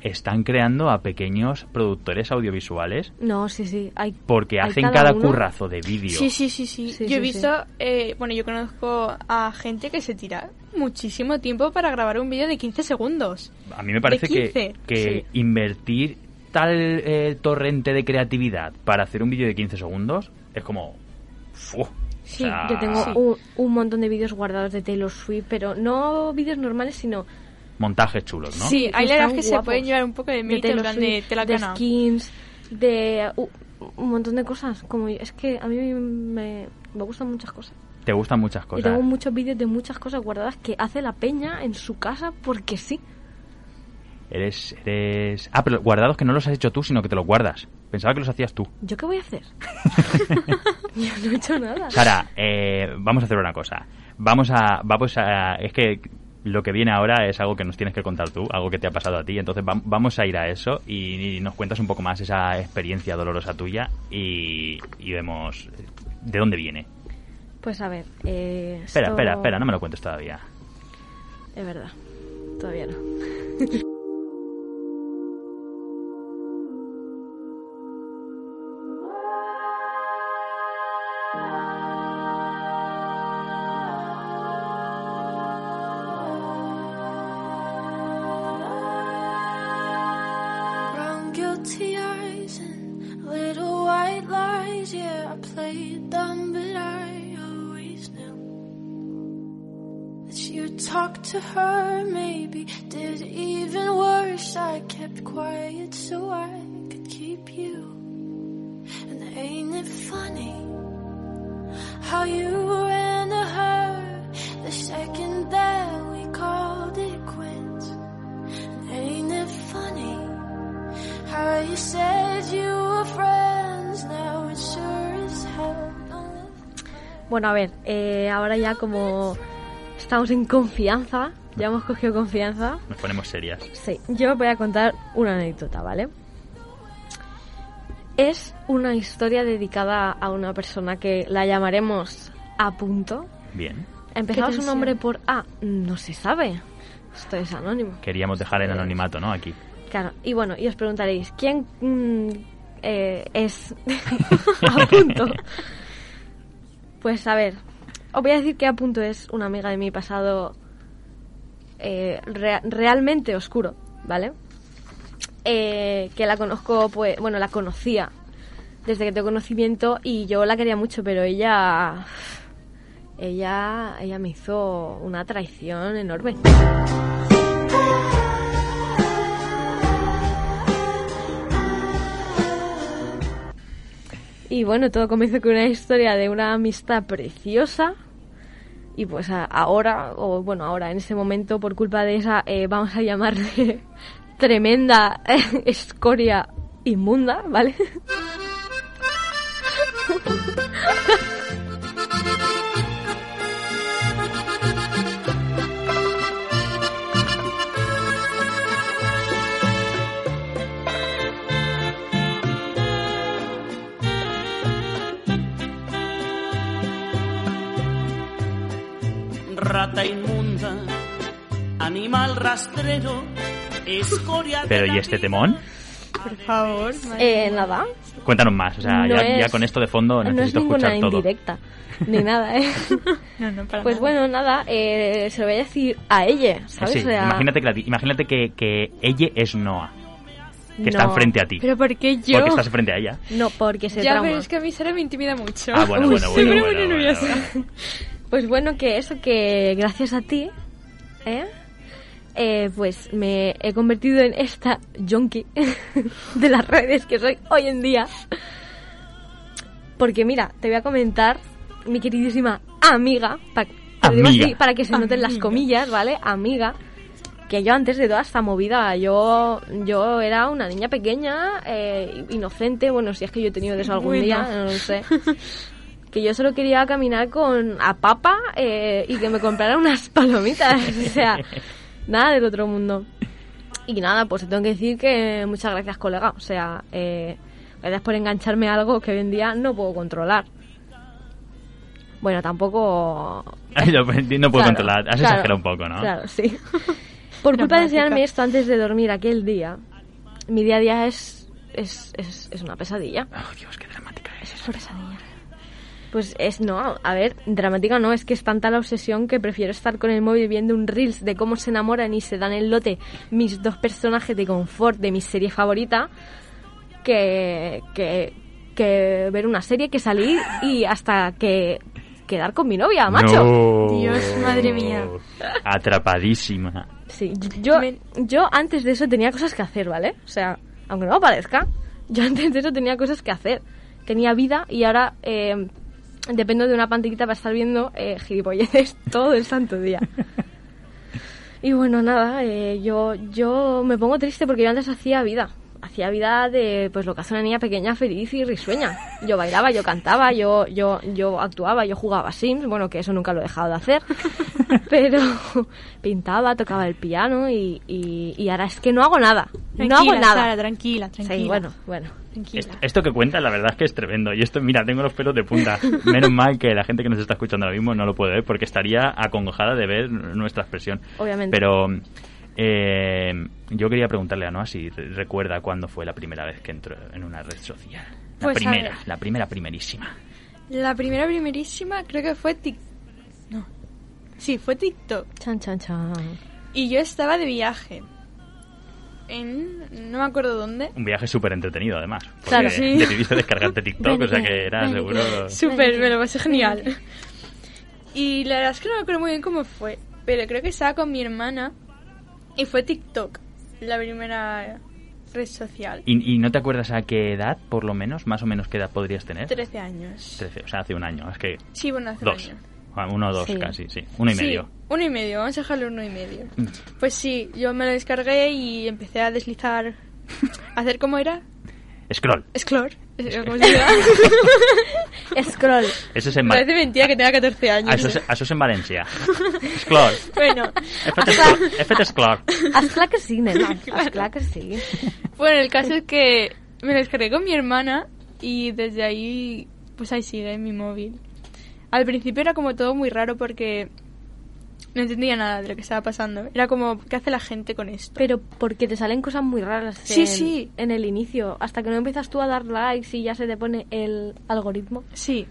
están creando a pequeños productores audiovisuales No, sí, sí. Hay, porque hay hacen cada, uno. currazo de vídeo. Sí, sí, sí, sí. Sí, yo sí, he visto, eh, bueno, yo conozco a gente que se tira muchísimo tiempo para grabar un vídeo de 15 segundos. A mí me parece De que, 15, que invertir tal eh, torrente de creatividad para hacer un vídeo de 15 segundos es como... fu, o Sí, sea, yo tengo un, un montón de vídeos guardados de Taylor Swift, pero no vídeos normales, sino montajes chulos, ¿no? Sí, hay que la verdad están es que se guapos. pueden llevar un poco de mérito, en Taylor plan Swift, de, te la has de ganado. skins, de u- un montón de cosas. Como yo- es que a mí me, me gustan muchas cosas. Te gustan muchas Y cosas. tengo muchos vídeos de muchas cosas guardadas que hace la peña en su casa porque sí. Eres, eres... Ah, pero guardados que no los has hecho tú, sino que te los guardas. Pensaba que los hacías tú. ¿Yo qué voy a hacer? yo no he hecho nada. Sara, eh, vamos a hacer una cosa. Vamos a, vamos a, es que lo que viene ahora es algo que nos tienes que contar tú, algo que te ha pasado a ti. Entonces vam- vamos a ir a eso y, y nos cuentas un poco más esa experiencia dolorosa tuya y, y vemos de dónde viene. Pues a ver. eh, Espera, esto- espera, espera, no me lo cuentes todavía. Es verdad. Todavía no. Brown guilty eyes and little white lies. Yeah, I played dumb, but I always knew that you talked to her. Maybe did even worse. I kept quiet so I could keep you. And ain't it funny how you ran to her the second that we called it quits? And ain't it funny? How you said you were friends, now it sure as hell don't Bueno, a ver, eh, ahora ya como estamos en confianza, ya hemos cogido confianza. Nos ponemos serias. Sí, yo voy a contar una anécdota, ¿vale? Es una historia dedicada a una persona que la llamaremos a punto. Bien. Empezamos Qué su tensión. nombre por A, no se sabe. Esto es anónimo. Queríamos dejar el anonimato, ¿no? Aquí. Claro, y bueno, y os preguntaréis, ¿quién mm, eh, es a punto? Pues a ver, os voy a decir que a punto es una amiga de mi pasado eh, rea- realmente oscuro, ¿vale? Eh, que la conozco, pues, bueno, la conocía desde que tengo conocimiento y yo la quería mucho, pero ella... Ella, ella me hizo una traición enorme. Y bueno, todo comenzó con una historia de una amistad preciosa. Y pues a- ahora, o bueno, ahora en ese momento, por culpa de esa, eh, vamos a llamarle tremenda escoria inmunda, ¿vale? rata inmunda, animal rastrero, escoria de Pero ¿y este temón? Por favor. Eh, nada. Cuéntanos más. O sea, No ya, ya es- con esto de fondo no es necesito ninguna escuchar todo. indirecta, ni nada, ¿eh? pues bueno, nada, eh, se lo voy a decir a ella, ¿sabes? Eh, Sí, O sea, imagínate que, la ti- imagínate que, que ella es Noah. Que está no. frente a ti. por qué Porque estás frente a ella. No, porque se ya, trauma. pero es que a mí Sara me intimida mucho. Ah, bueno, Uy, bueno, se bueno, pone bueno, muy bueno, nerviosa. Pues bueno, que eso que gracias a ti, ¿eh? Eh, pues me he convertido en esta yonki de las redes que soy hoy en día. Porque mira, te voy a comentar, mi queridísima amiga, pa- te lo digo Amiga. así para que se noten las comillas, ¿vale? Amiga, que yo antes de toda esta movida, yo, yo era una niña pequeña, eh, inocente, bueno, si es que yo he tenido de eso algún Bueno. día, no lo sé. Que yo solo quería caminar con a papa eh, y que me comprara unas palomitas, o sea, nada del otro mundo. Y nada, pues te tengo que decir que muchas gracias, colega, o sea, eh, gracias por engancharme a algo que hoy en día no puedo controlar. Bueno, tampoco Ay, lo- no puedo Claro, controlar. Has claro, exagerado un poco, ¿no? Claro, sí. Por culpa de Dramática. enseñarme esto antes de dormir aquel día, mi día a día es, es, es, es una pesadilla. Oh, Dios, qué dramática es. Es una pesadilla. Pues es, no, a ver, dramática no, es que es tanta la obsesión que prefiero estar con el móvil viendo un reels de cómo se enamoran y se dan el lote mis dos personajes de confort de mi serie favorita que, que, que ver una serie, que salir y hasta que quedar con mi novia, Ah, macho. No. Dios, madre mía. Atrapadísima. Sí, yo, yo antes de eso tenía cosas que hacer, ¿vale? O sea, aunque no me parezca, yo antes de eso tenía cosas que hacer. Tenía vida y ahora eh, dependo de una pantallita para estar viendo eh, gilipolleces todo el santo día. Y bueno, nada, eh, yo, yo me pongo triste porque yo antes hacía vida. Hacía vida de pues lo que hace una niña pequeña, feliz y risueña. Yo bailaba, yo cantaba, yo, yo, yo actuaba, yo jugaba a Sims, bueno, que eso nunca lo he dejado de hacer. Pero pintaba, tocaba el piano y, y, y ahora es que no hago nada. no hago Tranquila, nada. Sara, tranquila, tranquila. Sí, bueno, bueno. Est- Esto que cuentas, la verdad es que es tremendo. Y esto, mira, tengo los pelos de punta. Menos mal que la gente que nos está escuchando ahora mismo no lo puede ver porque estaría acongojada de ver nuestra expresión. Obviamente. Pero eh, yo quería preguntarle a Noa si re- recuerda cuándo fue la primera vez que entró en una red social. La Pues, a primera, ver. la primera, primerísima. La primera, primerísima, creo que fue TikTok. No. Sí, fue TikTok. Chan, chan, chan. Y yo estaba de viaje. En. No me acuerdo dónde. Un viaje súper entretenido, además. porque Claro, sí. Decidiste descargarte TikTok, o sea que era seguro. Súper, me lo pasé genial. Y la verdad es que no me acuerdo muy bien cómo fue, pero creo que estaba con mi hermana y fue TikTok, la primera red social. ¿Y, y no te acuerdas a qué edad, por lo menos? ¿Más o menos qué edad podrías tener? 13 años. Trece, o sea, hace un año. Es que Sí, bueno, hace dos. un año. Ah, Uno o dos Sí. casi, sí. Uno y Sí, medio. Uno y medio, vamos a dejarlo uno y medio. Mm. Pues sí, yo me lo descargué y empecé a deslizar, a hacer cómo era, Scroll. scroll. ¿Cómo se llama? Este Scroll. Eso es en Parece Valencia. mentira que tenga 14 años. A Ah, eso, es- a eso es en Valencia. Scroll. Bueno, Efecto Scroll. Haz claro que sí, nena. Haz claro que sí. Bueno, el caso es que me lo descargué con mi hermana y desde ahí, pues ahí sigue en mi móvil. Al principio era como todo muy raro porque no entendía nada de lo que estaba pasando. Era como, ¿qué hace la gente con esto? Pero porque te salen cosas muy raras Sí, en, sí. en el inicio, hasta que no empiezas tú a dar likes y ya se te pone el algoritmo. Sí.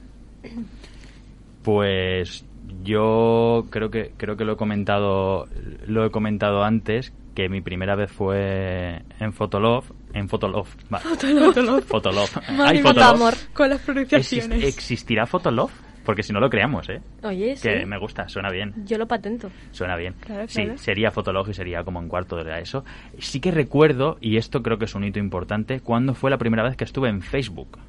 Pues yo creo que creo que lo he comentado lo he comentado antes que mi primera vez fue en Fotolove, en Fotolove. va. Fotolove. Fotolove. Madre Hay mía, Fotolove. amor, con las Exist- pronunciaciones. ¿Existirá Fotolove? Porque si no lo creamos, ¿eh? Oye, sí. Que me gusta, suena bien. Yo lo patento. Suena bien. Claro, sí, claro. sería Fotolog y sería como en cuarto de la ESO. Sí que recuerdo, y esto creo que es un hito importante, cuándo fue la primera vez que estuve en Facebook.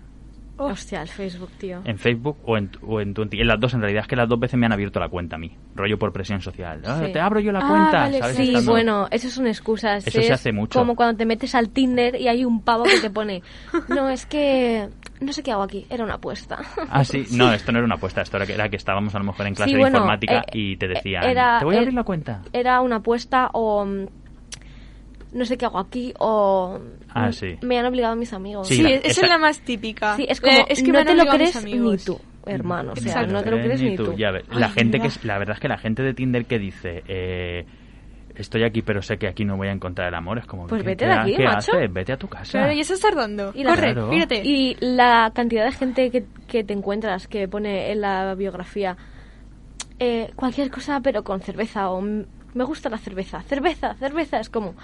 Hostia, el Facebook, tío. En Facebook o en, o en Twenty. En las dos, en realidad, es que las dos veces me han abierto la cuenta a mí. Rollo por presión social. Ah, Sí. Te abro yo la cuenta, vale, ¿sabes? Sí, Estando- bueno, eso son excusas. Eso se es hace mucho. Como cuando te metes al Tinder y hay un pavo que te pone, no, es que no sé qué hago aquí, era una apuesta. Ah, sí. No, esto no era una apuesta. Esto era que, era que estábamos a lo mejor en clase Sí, de bueno, informática eh, y te decían... era- te voy a eh, abrir la cuenta. Era una apuesta o mm, no sé qué hago aquí o Ah, mm, sí. me han obligado mis amigos. Sí, Sí, la- Esa es la más típica. Sí, es Eh, como, es que me no han te lo obligado mis crees ni amigos. tú. hermano. O sea, no te lo eres crees ni tú. Eh, Ya ves, la gente que es- la verdad es que la gente de Tinder que dice eh, estoy aquí pero sé que aquí no voy a encontrar el amor es como Pues ¿qué- vete qué de ha- aquí, ¿qué macho. haces? Vete a tu casa. Claro, y eso es tardando. Y Corre, Claro. fíjate. Y la cantidad de gente que, que te encuentras que pone en la biografía eh, cualquier cosa, pero con cerveza o "Mm, me gusta la cerveza, cerveza, cerveza, es como,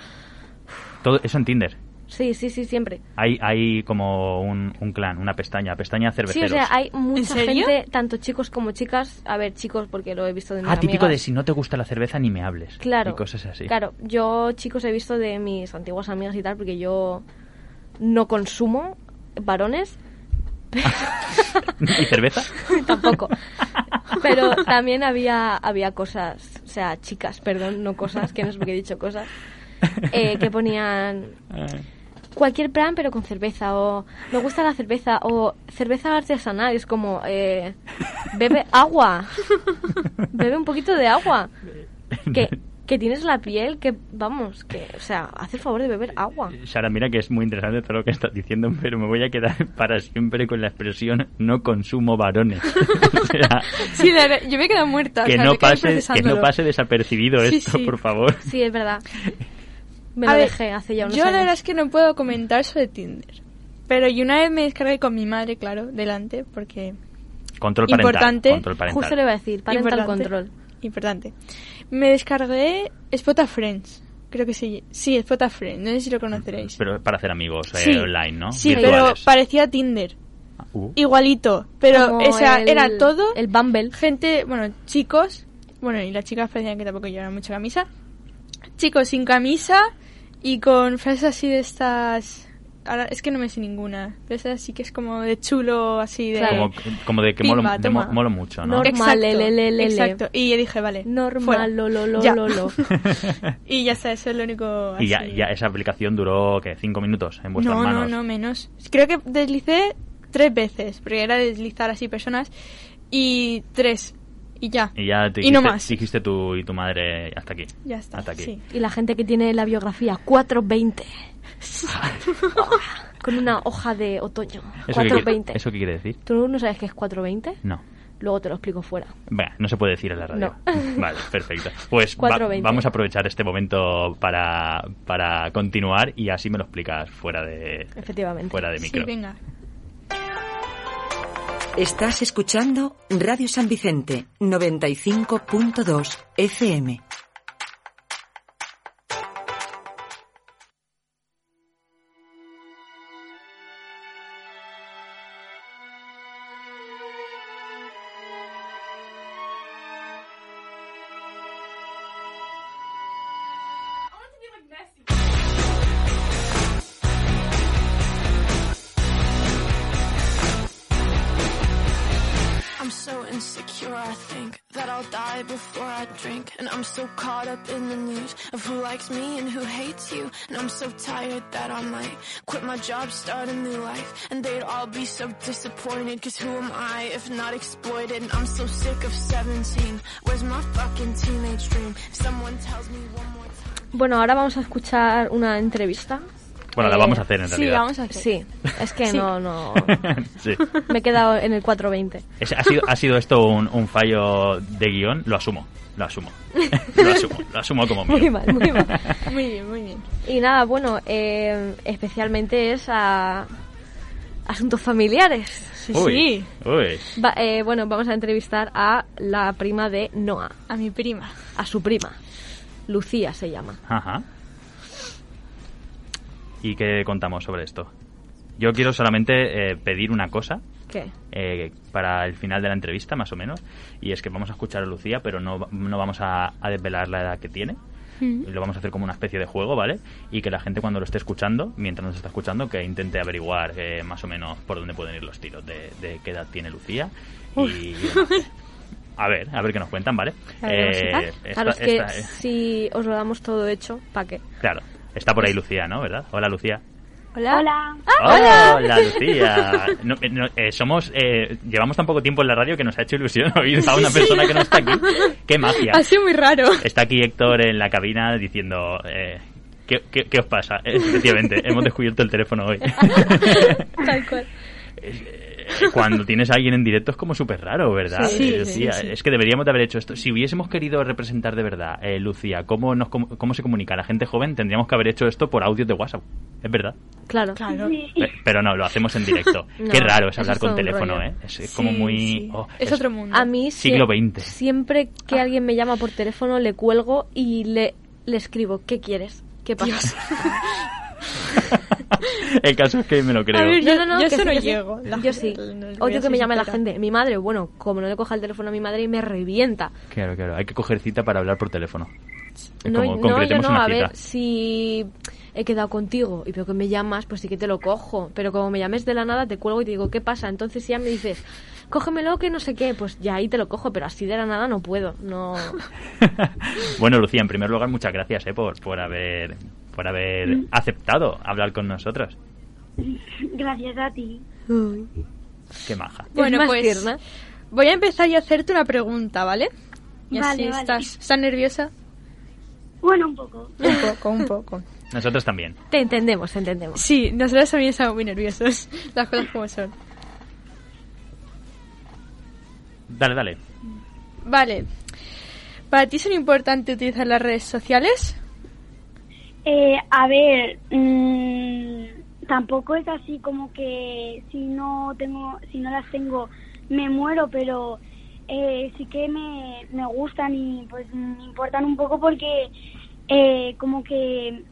Todo eso en Tinder. sí, sí, sí, siempre. Hay hay como un, un clan, una pestaña, pestaña cerveceros. Sí, o sea, hay mucha serio? gente, tanto chicos como chicas, a ver, chicos, porque lo he visto de mis ah, típico de amigas. si no te gusta la cerveza ni me hables. Claro. Y cosas así. Claro, yo chicos he visto de mis antiguas amigas y tal, porque yo no consumo varones, ¿Y cerveza? tampoco. Pero también había, había cosas, o sea, chicas, perdón, no cosas, que no sé por qué he dicho cosas, eh, que ponían Eh. cualquier plan pero con cerveza o me gusta la cerveza o cerveza artesanal, es como eh, bebe agua, bebe un poquito de agua, que, que tienes la piel, que vamos, que, o sea, haz el favor de beber agua. Sara, mira que es muy interesante todo lo que estás diciendo, pero me voy a quedar para siempre con la expresión no consumo varones. O sea, Sí, la verdad, yo me he quedado muerta. que, o sea, no me quedo pase, que no procesándolo. pase desapercibido Sí, esto, sí. por favor. Sí, es verdad. Me A lo ver, dejé hace ya unos Yo la años. verdad es que no puedo comentar sobre Tinder. Pero yo una vez me descargué con mi madre, claro, delante, porque Control parental. Importante. control parental. Justo le iba a decir, parental control. Importante. Me descargué Spota Friends. Creo que sí. Sí, Spota Friends. No sé si lo conoceréis. Pero para hacer amigos eh, Sí. online, ¿no? Sí, pero Virtuales. parecía Tinder. Uh, Igualito. Pero, Como o sea, el- era todo. el Bumble. Gente, bueno, chicos. Bueno, y las chicas parecían que tampoco llevaban mucha camisa. Chicos sin camisa y con frases así de estas. Ahora, es que no me sé ninguna. Pero esa sí que es como de chulo, así de. como, como de que Pimba, molo, de mo- toma. molo mucho, ¿no? No. Normal, exacto, le, le, le, le. exacto. Y yo dije, vale. Normal, fuera. lo, lo, lo, Ya. lo, lo. y ya está, eso es lo único. Y ya, así. ya esa aplicación duró, ¿qué? Cinco minutos en vuestras No, no, manos. no, menos. Creo que deslicé tres veces, porque era deslizar así personas. Y tres. Y ya. Y ya te Y no dijiste- más. dijiste tú y tu madre hasta aquí. Ya está, Hasta aquí. sí. Y la gente que tiene la biografía 420. Con una hoja de otoño. ¿Eso, qué, quiere- 420. ¿Eso qué quiere decir? ¿Tú no sabes qué es 420? No. Luego te lo explico fuera. Bueno, no se puede decir en la radio. No. Vale, perfecto. Pues va- 4.20. vamos a aprovechar este momento para, para continuar y así me lo explicas fuera de, Efectivamente. fuera de Sí, micro. venga. Estás escuchando Radio San Vicente 95.2 FM. I'm so insecure, I think that I'll die before I drink. And I'm so caught up in the news of who likes me and who hates you. And I'm so tired that I might quit my job, start a new life. And they'd all be so disappointed, cause who am I if not exploited? And I'm so sick of 17. Where's my fucking teenage dream? If someone tells me one more time. Bueno, ahora vamos a escuchar una entrevista. Bueno, la Eh, vamos a hacer en sí, realidad. vamos a hacer. Sí, es que Sí. no, no. Sí. Me he quedado en el 420. Es- ha, sido, ha sido esto un, un fallo de guión, lo asumo, lo asumo. Lo asumo, lo asumo como mío. Muy mal, muy mal. Muy bien, muy bien. Y nada, bueno, eh, especialmente es a asuntos familiares. Sí, Uy, sí. uy. Va- eh, bueno, vamos a entrevistar a la prima de Noah, A mi prima. a su prima. Lucía se llama. Ajá. ¿Y qué contamos sobre esto? Yo quiero solamente eh, pedir una cosa ¿Qué? eh, para el final de la entrevista, más o menos. Y es que vamos a escuchar a Lucía, pero no, va- no vamos a, a desvelar la edad que tiene. Mm. Lo vamos a hacer como una especie de juego, ¿vale? Y que la gente cuando lo esté escuchando, mientras nos está escuchando, que intente averiguar eh, más o menos por dónde pueden ir los tiros de, de qué edad tiene Lucía. Y, a ver, a ver qué nos cuentan, ¿vale? A ver, vamos a Eh, ver. esta- claro, es que esta- si os lo damos todo hecho, ¿para qué? Claro, está por ahí Lucía, ¿no? ¿Verdad? Hola, Lucía. Hola. Ah, Hola, Lucía. No, eh, no, eh, somos, eh, llevamos tan poco tiempo en la radio que nos ha hecho ilusión oír a una persona que no está aquí. ¡Qué magia! Pues- Ha sido muy raro. Está aquí Héctor en la cabina diciendo, eh, ¿qué, qué, qué os pasa? Eh, Efectivamente, hemos descubierto el teléfono hoy. Tal cual. Eh, cuando tienes a alguien en directo es como súper raro, ¿verdad? Sí, Eh, sí, Lucía, sí, sí. Es que deberíamos de haber hecho esto. Si hubiésemos querido representar de verdad, eh, Lucía, cómo, nos, com- cómo se comunica la gente joven, tendríamos que haber hecho esto por audios de WhatsApp. Es verdad. Claro. Pe- Pero no, lo hacemos en directo. No, Qué raro es eso hablar es con todo un teléfono, rollo. ¿eh? Es, eh, como Sí, muy... sí. oh, es otro mundo. Ah. A mí sie- Siglo XX. Siempre que alguien me llama por teléfono le cuelgo y le, le escribo, ¿qué quieres? ¿Qué pasa? El caso es que me lo creo. yo, yo que eso sí, no yo sí. llego. La yo sí. gente- la- la- Odio la- que me sí, llame la entera. gente. Mi madre, bueno, como no le coja el teléfono a mi madre y me revienta. Claro, claro. Hay que coger cita para hablar por teléfono. Es no, como no, yo concretemos no, una a cita. ver si he quedado contigo y veo que me llamas, pues sí que te lo cojo. Pero como me llames de la nada, te cuelgo y te digo, ¿qué pasa? Entonces ya me dices, cógemelo que no sé qué, pues ya ahí te lo cojo, pero así de la nada no puedo. No. Bueno, Lucía, en primer lugar, muchas gracias eh, por, por haber por haber ¿Mm? aceptado hablar con nosotros. Gracias a ti. Qué maja. Bueno, más pues tierna. voy a empezar y a hacerte una pregunta, ¿vale? Y así Vale, vale. estás. ¿Estás nerviosa? Bueno, un poco. Un poco, un poco. Nosotros también. Te entendemos, te entendemos. Sí, nosotros también estamos muy nerviosos. Las cosas como son. Dale, dale. Vale. ¿Para ti son importantes utilizar las redes sociales? Eh, a ver, mm, tampoco es así como que si no tengo, si no las tengo, me muero, pero eh, sí que me, me gustan y pues me importan un poco porque eh, como que,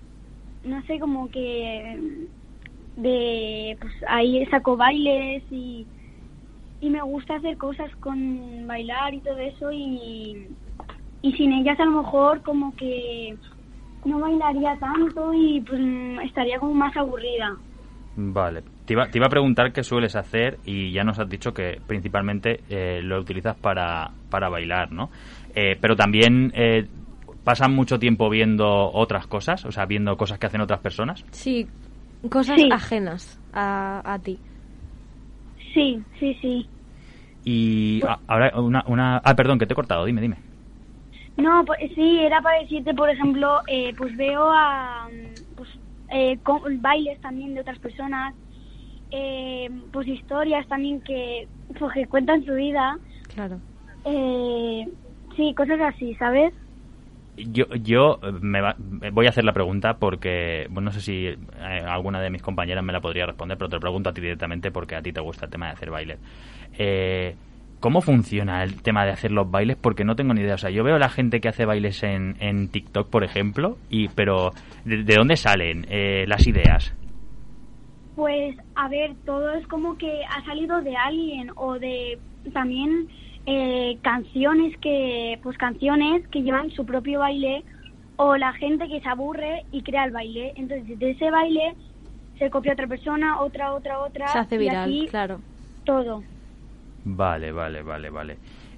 no sé, como que de, pues ahí saco bailes y, y me gusta hacer cosas con bailar y todo eso y, y sin ellas a lo mejor como que no bailaría tanto y pues mm, estaría como más aburrida. Vale. Te iba, te iba a preguntar qué sueles hacer y ya nos has dicho que principalmente eh, lo utilizas para, para bailar, ¿no? Eh, pero también eh, pasas mucho tiempo viendo otras cosas, o sea, viendo cosas que hacen otras personas. Sí, cosas Sí. ajenas a, a ti. Sí, sí, sí. Y a- ahora una, una... Ah, perdón, que te he cortado, dime, dime. No, pues sí, era para decirte, por ejemplo, eh, pues veo a mm, pues, eh, co- bailes también de otras personas, eh, pues historias también que, pues, que cuentan su vida. Claro. Eh, sí, cosas así, ¿sabes? Yo, yo eh, me va- eh, voy a hacer la pregunta porque bueno, no sé si eh, alguna de mis compañeras me la podría responder, pero te lo pregunto a ti directamente porque a ti te gusta el tema de hacer bailes. Eh, ¿Cómo funciona el tema de hacer los bailes? Porque no tengo ni idea. O sea, yo veo la gente que hace bailes en, en TikTok, por ejemplo, y pero ¿de, de dónde salen eh, las ideas? Pues, a ver, todo es como que ha salido de alguien o de también eh, canciones que, pues canciones que llevan su propio baile o la gente que se aburre y crea el baile. Entonces, de ese baile se copia otra persona, otra, otra, otra. Se hace y viral, así claro. Todo. Vale, vale, vale, vale.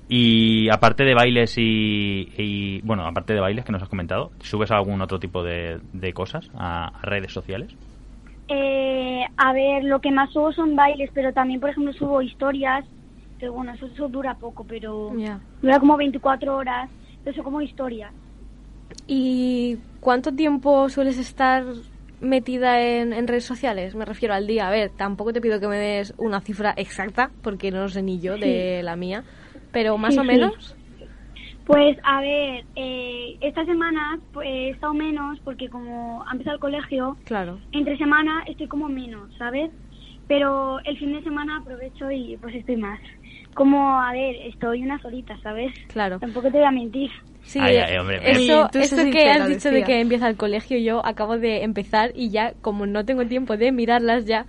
Y aparte de bailes y, y- bueno, aparte de bailes que nos has comentado, ¿subes algún otro tipo de, de cosas a- a redes sociales? Eh, a ver, lo que más subo son bailes, pero también, por ejemplo, subo historias. Que bueno, eso, eso dura poco, pero Ya. dura como 24 horas. Eso como historias. ¿Y cuánto tiempo sueles estar metida en, en redes sociales? Me refiero al día. A ver, tampoco te pido que me des una cifra exacta, porque no lo sé ni yo de la mía, pero más Sí, o sí. menos. Pues a ver, eh, estas semanas pues, he estado menos porque como ha empezado el colegio, Claro. entre semana estoy como menos, ¿sabes? Pero el fin de semana aprovecho y pues estoy más. Como, a ver, estoy unas horitas, ¿sabes? Claro. Tampoco te voy a mentir. Sí, Ay, ay, hombre, pues, hombre. eso, Sí, tú sé eso que sincera, has dicho de Lucía. que empieza el colegio, yo acabo de empezar y ya, como no tengo tiempo de mirarlas ya,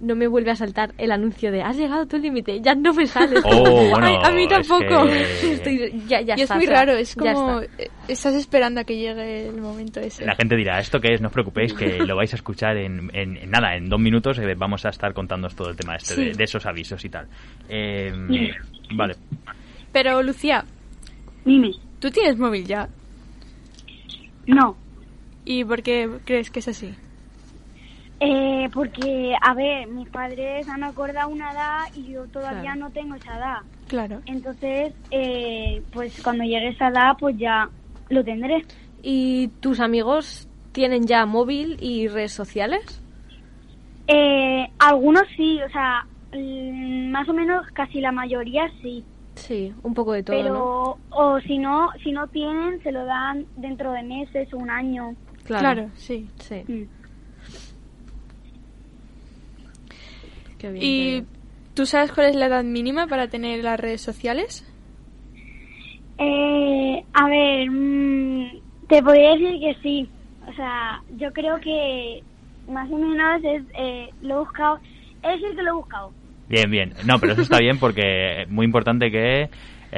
no me vuelve a saltar el anuncio de has llegado a tu límite, ya no me sale. Oh, bueno, Ay, a mí es tampoco. que- Estoy- ya, ya y es está, muy o sea, raro, es ya como... está. eh, Estás esperando a que llegue el momento ese. La gente dirá, ¿esto qué es? No os preocupéis, que lo vais a escuchar en, en- en nada, en dos minutos eh, vamos a estar contándoos todo el tema este Sí. de, de esos avisos y tal. Eh, Sí. vale. Pero, Lucía... Dime. ¿Tú tienes móvil ya? No. ¿Y por qué crees que es así? Eh, porque, a ver, mis padres han acordado una edad y yo todavía Claro. no tengo esa edad. Claro. Entonces, eh, pues cuando llegue esa edad, pues ya lo tendré. ¿Y tus amigos tienen ya móvil y redes sociales? Eh, algunos sí, o sea, mm, más o menos casi la mayoría sí. Sí, un poco de todo, Pero, ¿no? o si no, si no tienen, se lo dan dentro de meses o un año. Claro. Claro, sí. Sí. Mm, Qué bien, qué ¿Y tú sabes cuál es la edad mínima para tener las redes sociales? Eh, a ver, mm, te podría decir que sí. O sea, yo creo que más o menos es, eh, lo he buscado. Es decir, que lo he buscado. Bien, bien. No, pero eso está bien porque es muy importante que eh,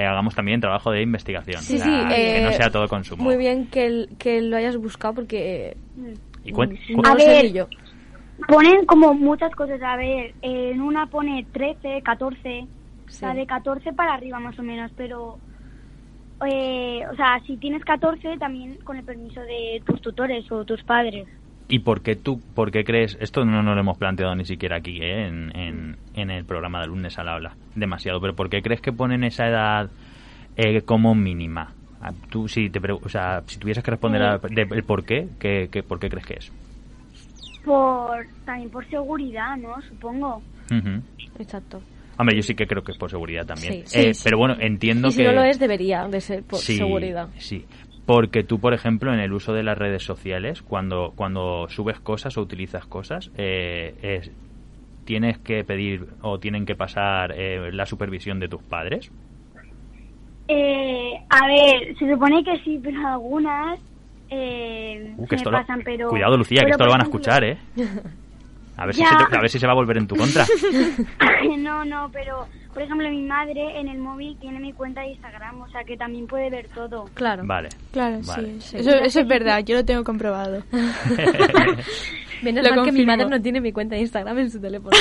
hagamos también trabajo de investigación. Sí, O sea, sí, que eh, no sea todo consumo. Muy bien que, el- que lo hayas buscado porque... Mm. eh, Y cuen- no cu- lo A sé ver. ni yo. Ponen como muchas cosas. A ver, eh, en una pone 13, 14. O sea, Sí. de 14 para arriba más o menos, pero. eh, o sea, si tienes 14, también con el permiso de tus tutores o tus padres. ¿Y por qué tú, por qué crees, esto no nos lo hemos planteado ni siquiera aquí, ¿eh? en, en- en el programa de lunes al habla, demasiado, pero ¿por qué crees que ponen esa edad eh, como mínima? Ah, Tú, si, te pregu- o sea, si tuvieses que responder a- Mm. de- el por qué, ¿qué, qué- por qué crees que es? Por, también por seguridad, ¿no? Supongo. Ujú. Exacto. Hombre, yo sí que creo que es por seguridad también. Sí, Eh, sí, sí. Pero bueno, entiendo y si que... no lo es, debería de ser por Sí, seguridad. Sí, porque tú, por ejemplo, en el uso de las redes sociales, cuando, cuando subes cosas o utilizas cosas, eh, es- tienes que pedir o tienen que pasar eh, la supervisión de tus padres. Eh, a ver, se supone que sí, pero algunas eh, Uh, se que esto me lo- pasan, pero... Cuidado, Lucía, que pero, esto lo por van a ejemplo- escuchar, ¿eh? A ver, si Ya. se te- a ver si se va a volver en tu contra. ¿eh? no, no, pero, por ejemplo, mi madre en el móvil tiene mi cuenta de Instagram, o sea que también puede ver todo. Claro. Vale. Claro, Vale. sí. Eso, eso es verdad, yo lo tengo comprobado. Menos Lo mal que mi confirmo. madre no tiene mi cuenta de Instagram en su teléfono.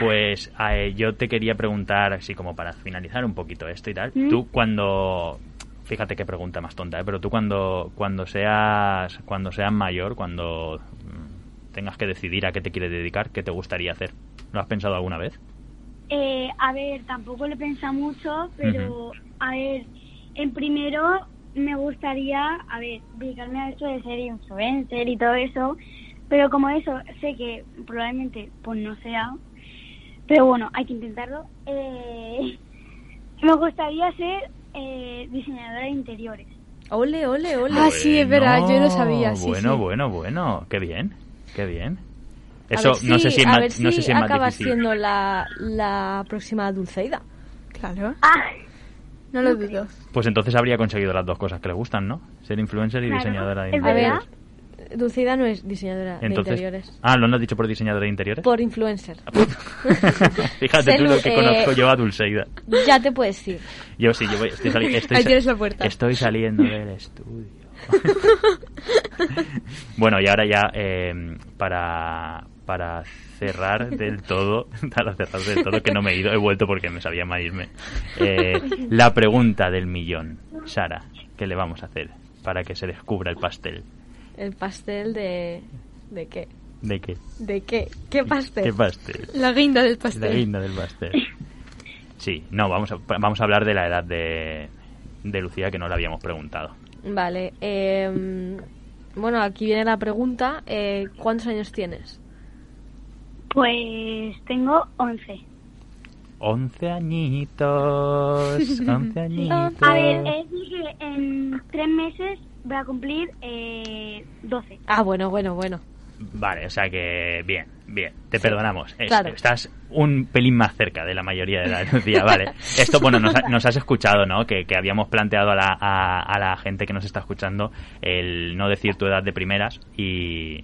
Pues eh, yo te quería preguntar, así como para finalizar un poquito esto y tal, ¿Mm? tú cuando, fíjate qué pregunta más tonta, ¿eh? pero tú cuando, cuando seas, cuando seas mayor, cuando mm, tengas que decidir a qué te quieres dedicar, qué te gustaría hacer, ¿lo has pensado alguna vez? Eh, a ver, tampoco le pensa mucho, pero a ver, en primero me gustaría, a ver, dedicarme a eso de ser influencer y todo eso, pero como eso sé que probablemente pues no sea, pero bueno, hay que intentarlo. Eh, me gustaría ser eh, diseñadora de interiores. Ole, ole, ole. Ah, sí, es verdad, yo lo sabía, sí, Bueno, sí. bueno, bueno, qué bien, qué bien. A Eso ver no sé si es a más- ver si no sé si es más acaba difícil. siendo la, la próxima Dulceida. Claro. no lo dudo. Pues entonces habría conseguido las dos cosas que le gustan, ¿no? Ser influencer y Claro, diseñadora de es verdad. interiores. Dulceida no es diseñadora de interiores. Ah, ¿lo has dicho por diseñadora de interiores? Por influencer. Fíjate tú Celu, lo que eh, conozco yo a Dulceida. Ya te puedes ir. Yo sí, yo voy- estoy, sali- estoy Ahí sa- tienes la puerta. estoy saliendo del estudio. bueno, y ahora ya eh, para, para cerrar del todo, para cerrar del todo, que no me he ido, he vuelto porque me sabía mal irme. Eh, la pregunta del millón, Sara, ¿qué le vamos a hacer para que se descubra el pastel? El pastel de... ¿De qué? ¿De qué? ¿De qué? ¿Qué pastel? ¿Qué pastel? La guinda del La guinda del pastel. Sí, no, vamos a, vamos a hablar de la edad de, de Lucía que no la habíamos preguntado. Vale. eh, bueno, aquí viene la pregunta. eh, ¿Cuántos años tienes? Pues tengo 11. 11 añitos, 11 añitos. A ver, eh. es decir que en tres meses voy a cumplir eh, 12. Ah, bueno, bueno, bueno. Vale, o sea que bien, bien, te perdonamos. Es- claro. Estás un pelín más cerca de la mayoría de la Lucía, vale. Esto, bueno, nos, ha- nos has escuchado, ¿no? Que, que habíamos planteado a la, a, a la gente que nos está escuchando el no decir tu edad de primeras y,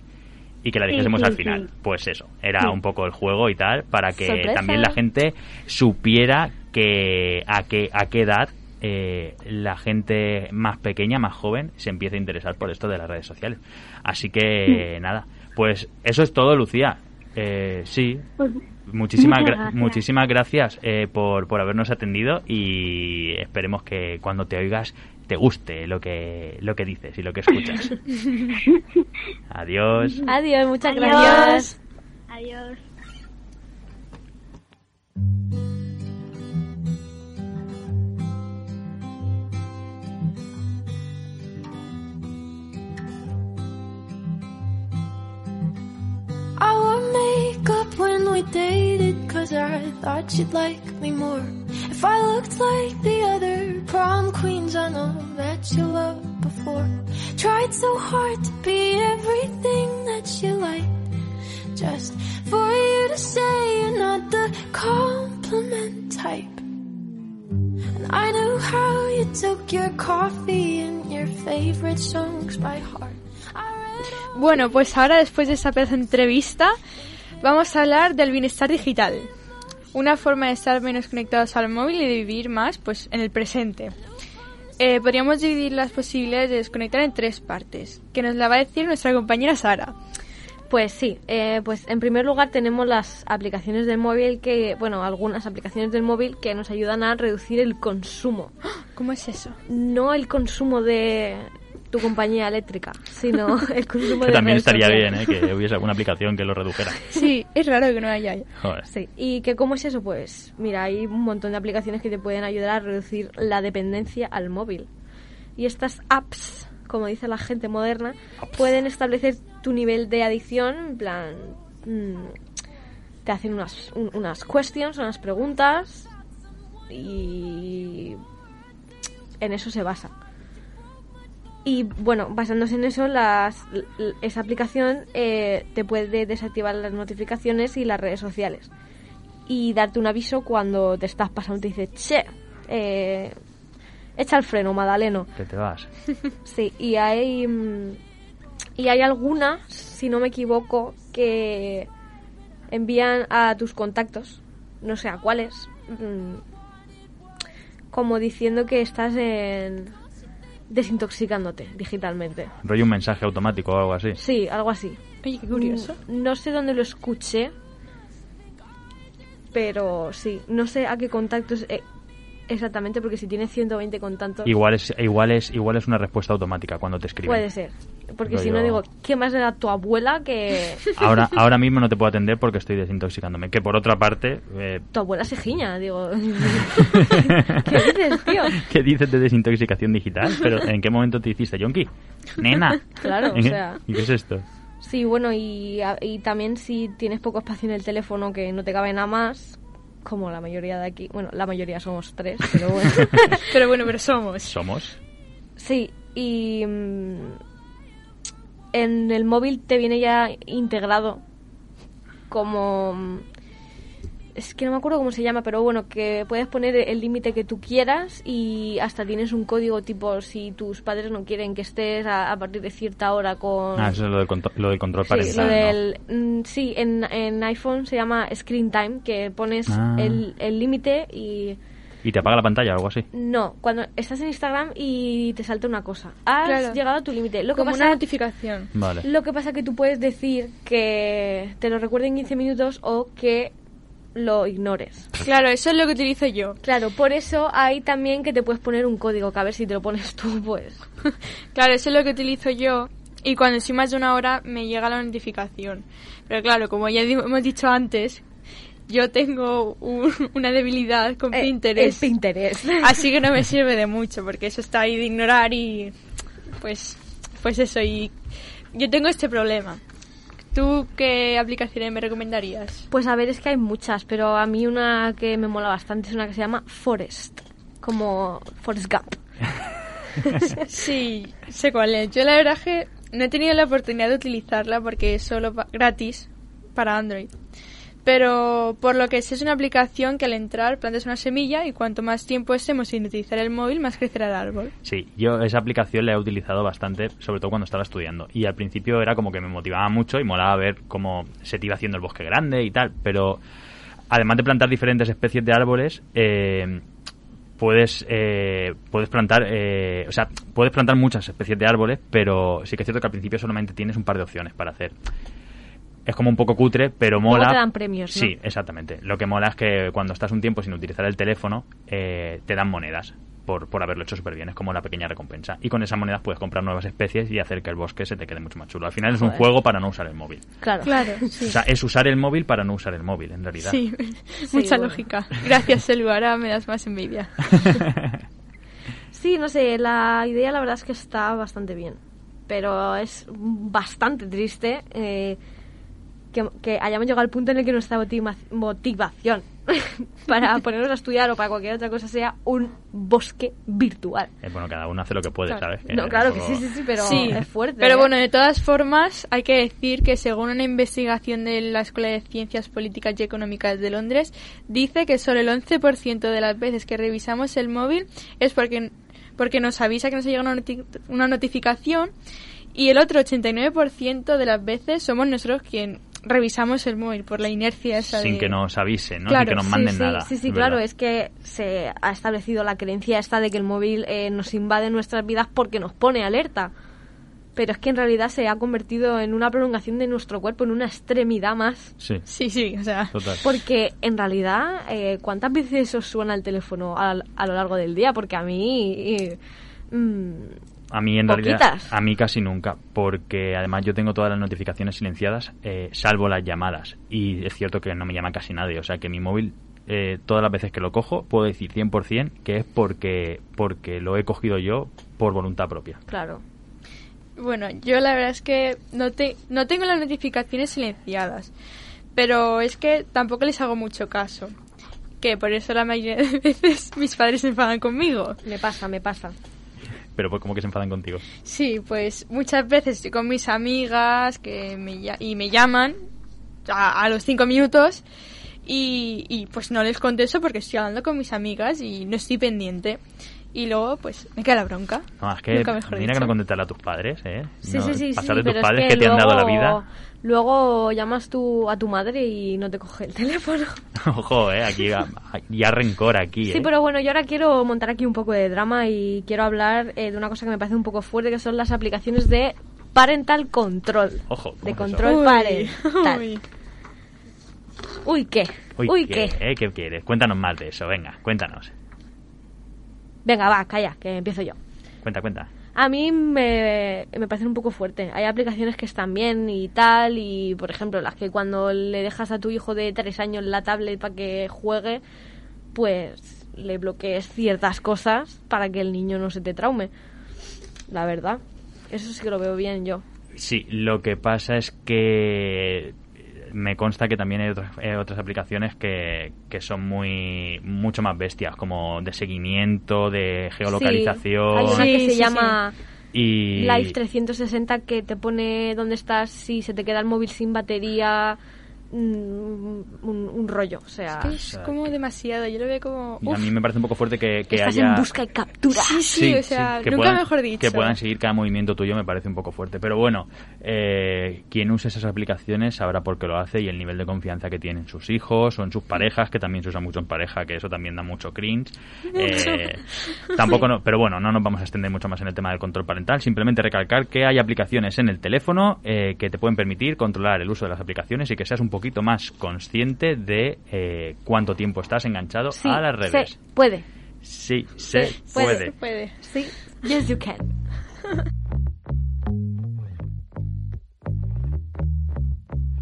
y que la Sí, dijésemos sí, al final. sí. Pues eso, era Sí. un poco el juego y tal, para que Sorpresa. ¿eh? también la gente supiera que a qué, a qué edad eh, la gente más pequeña, más joven, se empieza a interesar por esto de las redes sociales. Así que nada, pues eso es todo, Lucía. Eh, sí, Pues, muchísimas, muchas gra- gracias. muchísimas gracias eh, por, por habernos atendido y esperemos que cuando te oigas te guste lo que, lo que dices y lo que escuchas. Adiós. Adiós, muchas Adiós. gracias. Adiós. I wore makeup when we dated 'cause 'cause I thought you'd like me more. If I looked like the other prom queens I know that you loved before, tried so hard to be everything that you like, just for you to say you're not the compliment type. And I knew how you took your coffee and your favorite songs by heart. Bueno, pues ahora después de esta pedazo de entrevista vamos a hablar del bienestar digital. Una forma de estar menos conectados al móvil y de vivir más pues, en el presente. Eh, podríamos dividir las posibilidades de desconectar en tres partes, que nos la va a decir nuestra compañera Sara. Pues sí, eh, pues en primer lugar tenemos las aplicaciones del móvil que, bueno, algunas aplicaciones del móvil que nos ayudan a reducir el consumo. ¿Cómo es eso? No el consumo de tu compañía eléctrica, sino el consumo Pues de Que también redes estaría sociales. bien, ¿eh? Que hubiese alguna aplicación que lo redujera. Sí, es raro que no haya. Joder. Sí. ¿Y que cómo es eso? Pues mira, hay un montón de aplicaciones que te pueden ayudar a reducir la dependencia al móvil. Y estas apps, como dice la gente moderna, pueden establecer tu nivel de adicción, en plan... mm, te hacen unas, un- unas questions, unas preguntas y en eso se basa. Y bueno, basándose en eso, las, l- l- esa aplicación eh, te puede desactivar las notificaciones y las redes sociales. Y darte un aviso cuando te estás pasando. Te dice, che, eh, echa el freno, Madaleno. Que te vas. Sí, y hay, mm, y hay algunas, si no me equivoco, que envían a tus contactos, no sé a cuáles, mm, como diciendo que estás en desintoxicándote digitalmente. Rollo un mensaje automático o algo así. Sí, algo así. Oye, qué curioso. Mm, No sé dónde lo escuché, pero sí, no sé a qué contactos eh, exactamente, porque si tienes 120 contactos... Igual es, igual, es, igual es una respuesta automática cuando te escriben. Puede ser. Porque si Rollo- no digo, ¿qué más era tu abuela que Ahora, ahora mismo no te puedo atender porque estoy desintoxicándome. Que por otra parte, eh, tu abuela se giña? Digo, ¿qué dices, tío? ¿qué dices de desintoxicación digital? Pero ¿en qué momento te hiciste, Yonki? Nena. Claro, o ¿En qué- sea. ¿Y qué es esto? Sí, bueno, y, a- y también si tienes poco espacio en el teléfono que no te cabe nada más, como la mayoría de aquí, bueno, la mayoría somos tres, pero bueno. pero bueno, pero somos. Somos. Sí, y mm, en el móvil te viene ya integrado como... mm, Es que no me acuerdo cómo se llama, pero bueno, que puedes poner el límite que tú quieras y hasta tienes un código tipo si tus padres no quieren que estés a, a partir de cierta hora con... Ah, eso es lo del, contro- lo del control Sí, parental. lo ¿no? del- mm, sí, en, en iPhone se llama Screen Time, que pones Ah. el el límite y... Y te apaga la pantalla o algo así. No, cuando estás en Instagram y te salta una cosa. Has Claro. llegado a tu límite. Lo que Como pasa, una notificación. Vale. Lo que pasa que tú puedes decir que te lo recuerden 15 minutos o que lo ignores. Claro, eso es lo que utilizo yo. Claro, por eso hay también que te puedes poner un código, que a ver si te lo pones tú, pues. Claro, eso es lo que utilizo yo. Y cuando estoy más de una hora me llega la notificación. Pero claro, como ya di- hemos dicho antes, yo tengo un- una debilidad con Eh, Pinterest. el Pinterest. Así que no me sirve de mucho, porque eso está ahí de ignorar y pues, pues eso. Y yo tengo este problema. ¿Tú qué aplicaciones me recomendarías? Pues a ver, es que hay muchas, pero a mí una que me mola bastante es una que se llama Forest, como Forest Gump. Sí, sé cuál es. Yo la verdad es que no he tenido la oportunidad de utilizarla porque es solo pa- gratis para Android. Pero por lo que sé es una aplicación que al entrar plantas una semilla y cuanto más tiempo estemos sin utilizar el móvil, más crecerá el árbol. Sí, yo esa aplicación la he utilizado bastante, sobre todo cuando estaba estudiando. Y al principio era como que me motivaba mucho y molaba ver cómo se te iba haciendo el bosque grande y tal. Pero además de plantar diferentes especies de árboles, eh, puedes eh, puedes plantar eh, o sea puedes plantar muchas especies de árboles pero sí que es cierto que al principio solamente tienes un par de opciones para hacer es como un poco cutre pero Luego mola te dan premios, ¿no? sí exactamente lo que mola es que cuando estás un tiempo sin utilizar el teléfono eh, te dan monedas por, por haberlo hecho súper bien, es como la pequeña recompensa. Y con esas monedas puedes comprar nuevas especies y hacer que el bosque se te quede mucho más chulo. Al final es un Joder. juego para no usar el móvil. Claro. Claro, O sea, es usar el móvil para no usar el móvil, en realidad. Sí, mucha bueno. lógica. Gracias, Selu, ahora me das más envidia. Sí, no sé, la idea la verdad es que está bastante bien, pero es bastante triste eh, que, que hayamos llegado al punto en el que nuestra motiva- motivación para ponernos a estudiar o para cualquier otra cosa sea un bosque virtual. Eh, bueno, cada uno hace lo que puede, Claro. ¿sabes? Eh, No, claro que sí, sí, sí, pero es fuerte. Pero ¿eh? bueno, de todas formas, hay que decir que según una investigación de la Escuela de Ciencias Políticas y Económicas de Londres, dice que solo el 11% de las veces que revisamos el móvil es porque, porque nos avisa que nos llega una, noti- una notificación y el otro 89% de las veces somos nosotros quien revisamos el móvil por la inercia esa Sin de- que nos avisen, ¿no? Sin Claro, que nos sí, manden sí, nada. Sí, sí, es claro, verdad. es que se ha establecido la creencia esta de que el móvil eh, nos invade nuestras vidas porque nos pone alerta. Pero es que en realidad se ha convertido en una prolongación de nuestro cuerpo, en una extremidad más. Sí. Sí, sí, o sea. Total. Porque en realidad, eh, ¿cuántas veces os suena el teléfono al- a, lo largo del día? Porque a mí. eh, mm, A mí, en realidad, Poquitas. a mí casi nunca, porque además yo tengo todas las notificaciones silenciadas, eh, salvo las llamadas. Y es cierto que no me llama casi nadie, o sea que mi móvil, eh, todas las veces que lo cojo, puedo decir 100% que es porque, porque lo he cogido yo por voluntad propia. claro. Bueno, yo la verdad es que no, te, no tengo las notificaciones silenciadas, pero es que tampoco les hago mucho caso. Que por eso la mayoría de veces mis padres se enfadan conmigo. Me pasa, me pasa. Pero pues como que se enfadan contigo. Sí, pues muchas veces estoy con mis amigas que me, lla- y me llaman a, a los cinco minutos y, y, pues no les contesto porque estoy hablando con mis amigas y no estoy pendiente. Y luego pues me queda la bronca. No, es que Nunca mejor mira que dicho. no contestarle a tus padres, ¿eh? Sí, No, sí, sí. Pasar sí, de pero tus es padres que que, te han dado la luego- vida. Luego llamas tú a tu madre y no te coge el teléfono. Ojo, ¿eh? Aquí ya, ya rencor aquí, ¿eh? Sí, pero bueno, yo ahora quiero montar aquí un poco de drama y quiero hablar eh, de una cosa que me parece un poco fuerte, que son las aplicaciones de parental control. Ojo, ¿cómo De es eso? control Uy, parental. Uy. uy. ¿qué? Uy, Uy, ¿qué, ¿qué? eh? ¿Qué quieres? Cuéntanos más de eso, venga, cuéntanos. Venga, va, calla, que empiezo yo. Cuenta, cuenta. A mí me, me parecen un poco fuerte. Hay aplicaciones que están bien y tal, y por ejemplo, las que cuando le dejas a tu hijo de tres años la tablet para que juegue, pues le bloquees ciertas cosas para que el niño no se te traume. La verdad. Eso sí que lo veo bien yo. Sí, lo que pasa es que me consta que también hay otras, eh, otras aplicaciones que, que son muy mucho más bestias, como de seguimiento, de Sí, geolocalización hay una que Sí, se sí, llama y Live 360 que te pone dónde estás si se te queda el móvil sin batería. mm, Un, un rollo, o sea. Es que es como demasiado, yo lo veo como... y a uf. mí me parece un poco fuerte que, que estás haya en busca y captura. Sí, sí, o sea, que nunca puedan- mejor dicho. Que puedan seguir cada movimiento tuyo me parece un poco fuerte. Pero bueno, eh, quien use esas aplicaciones sabrá por qué lo hace y el nivel de confianza que tienen sus hijos o en sus parejas, que también se usa mucho en pareja, que eso también da mucho cringe. Eh, tampoco no, pero bueno, no nos vamos a extender mucho más en el tema del control parental. Simplemente recalcar que hay aplicaciones en el teléfono eh, que te pueden permitir controlar el uso de las aplicaciones y que seas un poquito más consciente de eh, cuánto tiempo estás enganchado Sí, a las redes. se puede. Sí, se Sí, puede. Puede. Sí, yes you can.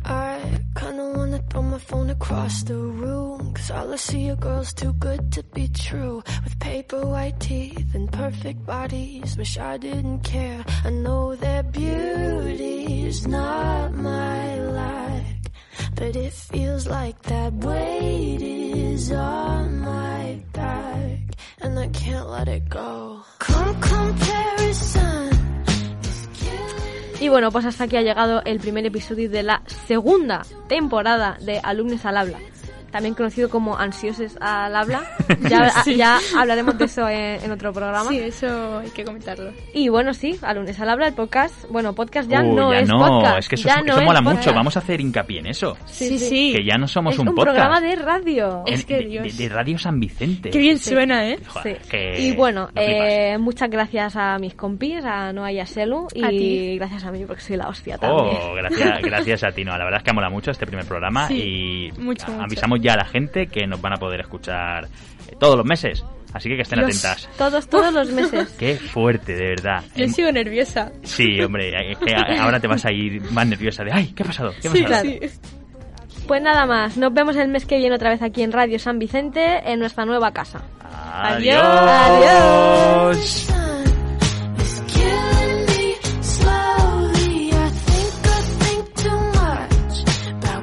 I kinda wanna throw my phone across the room. Cause all I see are girls too good to be true. With paper white teeth and perfect bodies. Wish I didn't care. I know their beauty's not my lack. But it feels like that weight is on my back. And I can't let it go. Come comparison. Y bueno, pues hasta aquí ha llegado el primer episodio de la segunda temporada de Alumnes al Habla, también conocido como Ansiosos al Habla. Ya, Sí. ya hablaremos de eso en, en otro programa. Sí, eso hay que comentarlo. Y bueno, sí, Alumnes al Habla, el podcast. Bueno, podcast ya Uh, no ya es no, podcast. es que eso, ya eso no es mola podcast. mucho. Vamos a hacer hincapié en eso. Sí, sí. Que ya no somos es un, un, podcast. Eh, programa de radio. En- de, de- de Radio San Vicente. Qué bien suena, ¿eh? Joder, Sí. que Y bueno, lo flipas. eh, muchas gracias a mis compis, a Noah y a Selu, y A ti. gracias a mí porque soy la hostia también. Oh, gracias, gracias a ti, no. La verdad es que mola mucho este primer programa Sí, y mucho, a- mucho. avisamos ya a la gente que nos van a poder escuchar eh, todos los meses. Así que que estén Dios. atentas. Todos, todos los meses. Qué fuerte, de verdad. Yo Em, sigo nerviosa. Sí, hombre, eh, es que a- ahora te vas a ir más nerviosa de, ay, ¿qué ha pasado? ¿Qué ha Sí, pasado? sí. Pues nada más, nos vemos el mes que viene otra vez aquí en Radio San Vicente, en nuestra nueva casa. Adiós. Killing me slowly. I think I think too much, but